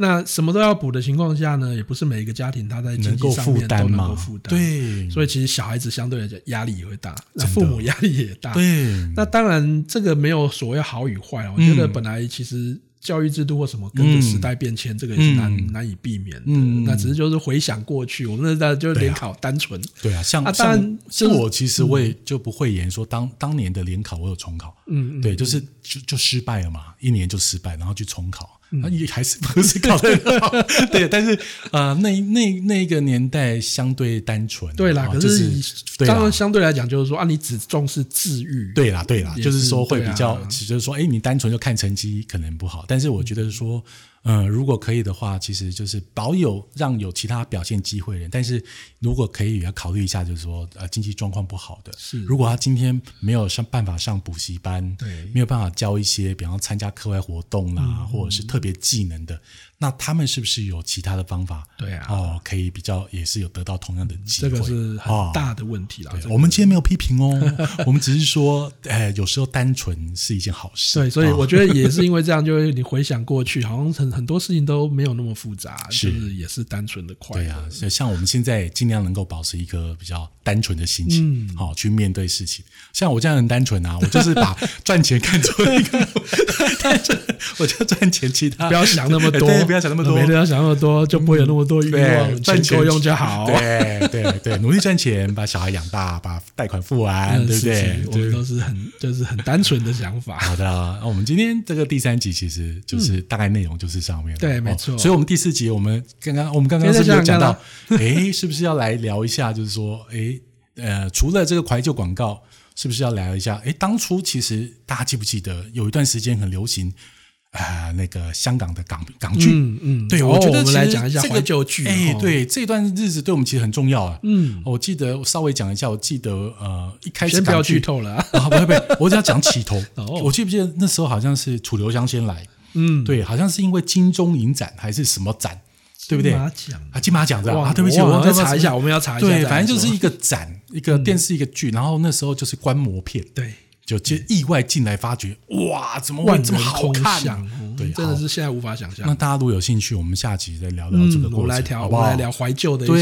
Speaker 1: 那什么都要补的情况下呢，也不是每一个家庭他在经
Speaker 2: 能
Speaker 1: 济
Speaker 2: 够
Speaker 1: 上
Speaker 2: 负
Speaker 1: 面都
Speaker 2: 担
Speaker 1: 能
Speaker 2: 嘛
Speaker 1: 够负，担，。
Speaker 2: 对，
Speaker 1: 所以
Speaker 2: 以
Speaker 1: 其实小孩子相对来讲压力也会大，那
Speaker 2: 真的
Speaker 1: 父母压力也大。
Speaker 2: 对，
Speaker 1: 那当然这个没有所谓好与坏啊，
Speaker 2: 嗯
Speaker 1: 我觉得本来其实教育制度或什么跟着时代变迁，这个也是难、
Speaker 2: 嗯
Speaker 1: 难以避免的。
Speaker 2: 嗯
Speaker 1: 那只是就是回想过去，我们那时代就是联考单纯，
Speaker 2: 对啊，像
Speaker 1: 啊当然
Speaker 2: 像
Speaker 1: 就是
Speaker 2: 像我其实我也就不会言说当当年的联考我有重考，
Speaker 1: 嗯嗯
Speaker 2: 对，就是就就失败了嘛，一年就失败，然后去重考，
Speaker 1: 嗯
Speaker 2: 那也还是不是考得 很好，对，但是呃，那那那个年代相对单纯啊，
Speaker 1: 对啦。
Speaker 2: 啊
Speaker 1: 可
Speaker 2: 就是
Speaker 1: 以、
Speaker 2: 是对
Speaker 1: 当
Speaker 2: 啦
Speaker 1: 然。相对来讲，就是说啊，你只重视治愈，
Speaker 2: 对啦，对啦，
Speaker 1: 也
Speaker 2: 就是说会
Speaker 1: 对啊
Speaker 2: 比较，其实就是说，哎，你单纯就看成绩可能不好，但是我觉得说，呃，如果可以的话，其实就是保有让有其他表现机会的人，但是如果可以，也要考虑一下，就是说，呃，经济状况不好的，
Speaker 1: 是
Speaker 2: 如果他今天没有上办法上补习班，
Speaker 1: 对嗯
Speaker 2: 没有办法教一些，比方说参加课外活动啦，或者是特别技能的，那他们是不是有其他的方法？
Speaker 1: 对啊嗯
Speaker 2: 哦，可以比较也是有得到同样的机
Speaker 1: 这
Speaker 2: 会，
Speaker 1: 个是
Speaker 2: 哦
Speaker 1: 很大的问题啦。
Speaker 2: 对
Speaker 1: 这个
Speaker 2: 我们今天没有批 评哦，我们只是说，哎，有时候单纯是一件好事。
Speaker 1: 对，所以
Speaker 2: 哦
Speaker 1: 我觉得也是因为这样，就会你回想过去，好像很很多事情都没有那么复杂，
Speaker 2: 是
Speaker 1: 就是也是单纯的快
Speaker 2: 对
Speaker 1: 乐。
Speaker 2: 啊，所以像我们现在也尽量能够保持一颗比较单纯的心情，
Speaker 1: 嗯
Speaker 2: 好、去面对事情。像我这样很单纯啊，我就 是把赚钱看作一个 单纯，我就赚钱，其他哎
Speaker 1: 不要想那么多，
Speaker 2: 对，不要想那么多，
Speaker 1: 没得要想那么多，就不会有那么多欲
Speaker 2: 对，
Speaker 1: 望，
Speaker 2: 赚钱
Speaker 1: 够用就好。
Speaker 2: 对对对，努力赚钱，把小孩养大，把贷款付完，
Speaker 1: 嗯，
Speaker 2: 对不
Speaker 1: 是
Speaker 2: 对
Speaker 1: 是？我
Speaker 2: 对
Speaker 1: 们都是很就是很单纯的想法。
Speaker 2: 好的，那我们今天这个第三集其实就是大概内容就是上面了，
Speaker 1: 对
Speaker 2: 哦
Speaker 1: 没错
Speaker 2: 所以，我们第四集我们刚刚我们刚刚是不是有讲到，诶，是不是要来聊一下，就是说，诶，呃，除了这个怀旧广告，是不是要聊一下？诶，当初其实大家记不记得有一段时间很流行啊、那个香港的港港剧？
Speaker 1: 嗯嗯，
Speaker 2: 对，
Speaker 1: 哦
Speaker 2: 我觉得
Speaker 1: 我
Speaker 2: 其
Speaker 1: 们
Speaker 2: 实
Speaker 1: 来讲一下
Speaker 2: 这个
Speaker 1: 怀旧剧。
Speaker 2: 哎、
Speaker 1: 哦，
Speaker 2: 对，这段日子对我们其实很重要啊。
Speaker 1: 嗯
Speaker 2: 我记得我稍微讲一下，我记得呃，一开 始
Speaker 1: 先不要
Speaker 2: 港剧
Speaker 1: 剧透了 啊。
Speaker 2: 啊，不会不会，我只要讲起头。
Speaker 1: 哦
Speaker 2: 我记不记得那时候好像是楚留香先来，
Speaker 1: 嗯，
Speaker 2: 对，好像是因为金钟影展还是什么展，对不对？
Speaker 1: 金马奖
Speaker 2: 啊，金马奖这样
Speaker 1: 哇
Speaker 2: 啊，对不起，
Speaker 1: 我忘
Speaker 2: 我
Speaker 1: 了
Speaker 2: 要不要
Speaker 1: 再查一下我们要查一下
Speaker 2: 对，
Speaker 1: 再来
Speaker 2: 反正就是
Speaker 1: 说嗯
Speaker 2: 一个展，一个电视，一个剧，然后那时候就是观摩片，
Speaker 1: 对，嗯
Speaker 2: 就就意外进来发觉，哇，怎么
Speaker 1: 万
Speaker 2: 会
Speaker 1: 人
Speaker 2: 这么好看啊
Speaker 1: 空巷嗯？
Speaker 2: 对，
Speaker 1: 真的
Speaker 2: 好
Speaker 1: 是现在无法想象
Speaker 2: 那。大家如果有兴趣，我们下集再聊聊这个
Speaker 1: 嗯，
Speaker 2: 过
Speaker 1: 我们来
Speaker 2: 程，
Speaker 1: 聊，
Speaker 2: 好
Speaker 1: 我
Speaker 2: 不
Speaker 1: 们
Speaker 2: 好？
Speaker 1: 来聊怀旧的一些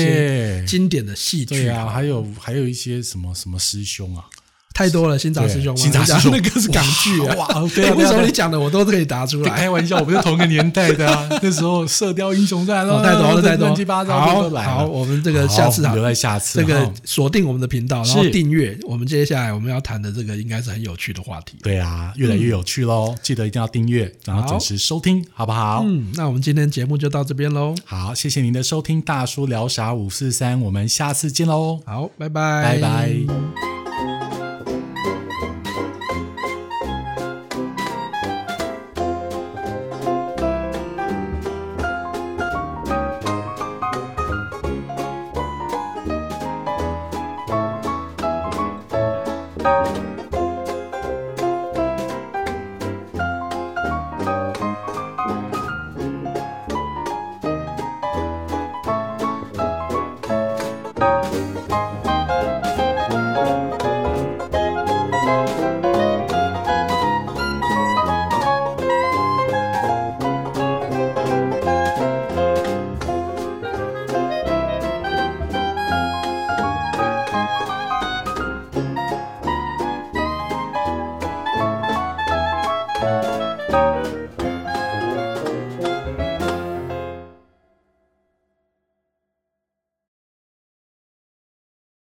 Speaker 2: 对
Speaker 1: 经典的戏
Speaker 2: 对
Speaker 1: 剧
Speaker 2: 啊，，还有还有一些什么什么师兄啊，
Speaker 1: 太多了。新杂师兄吗，
Speaker 2: 对新杂师兄
Speaker 1: 你讲那个是港剧啊，
Speaker 2: 哇 哇对啊
Speaker 1: 哎为什
Speaker 2: 对啊
Speaker 1: 么
Speaker 2: 对
Speaker 1: 你
Speaker 2: 啊
Speaker 1: 讲的我都可以答出来？
Speaker 2: 开玩笑，我们是同个年代的 啊，那时候《射雕英雄传》
Speaker 1: 哦，太多了，太多
Speaker 2: 乱
Speaker 1: 了，
Speaker 2: 七八糟的
Speaker 1: 好
Speaker 2: 都来了。
Speaker 1: 好，我们这个下次
Speaker 2: 好
Speaker 1: 啊，
Speaker 2: 留在下次
Speaker 1: 这个
Speaker 2: 哈
Speaker 1: 锁定我们的频道，然后
Speaker 2: 是
Speaker 1: 订阅。我们接下来我们要谈的这个应该是很有趣的话题。
Speaker 2: 对啊，越来越有趣喽！记得一定要订阅，然后
Speaker 1: 好
Speaker 2: 准时收听，好不好？
Speaker 1: 嗯，那我们今天节目就到这边喽。
Speaker 2: 好，谢谢您的收听，大叔聊啥五四三，我们下次见喽，
Speaker 1: 好，拜拜，
Speaker 2: 拜拜。
Speaker 4: 「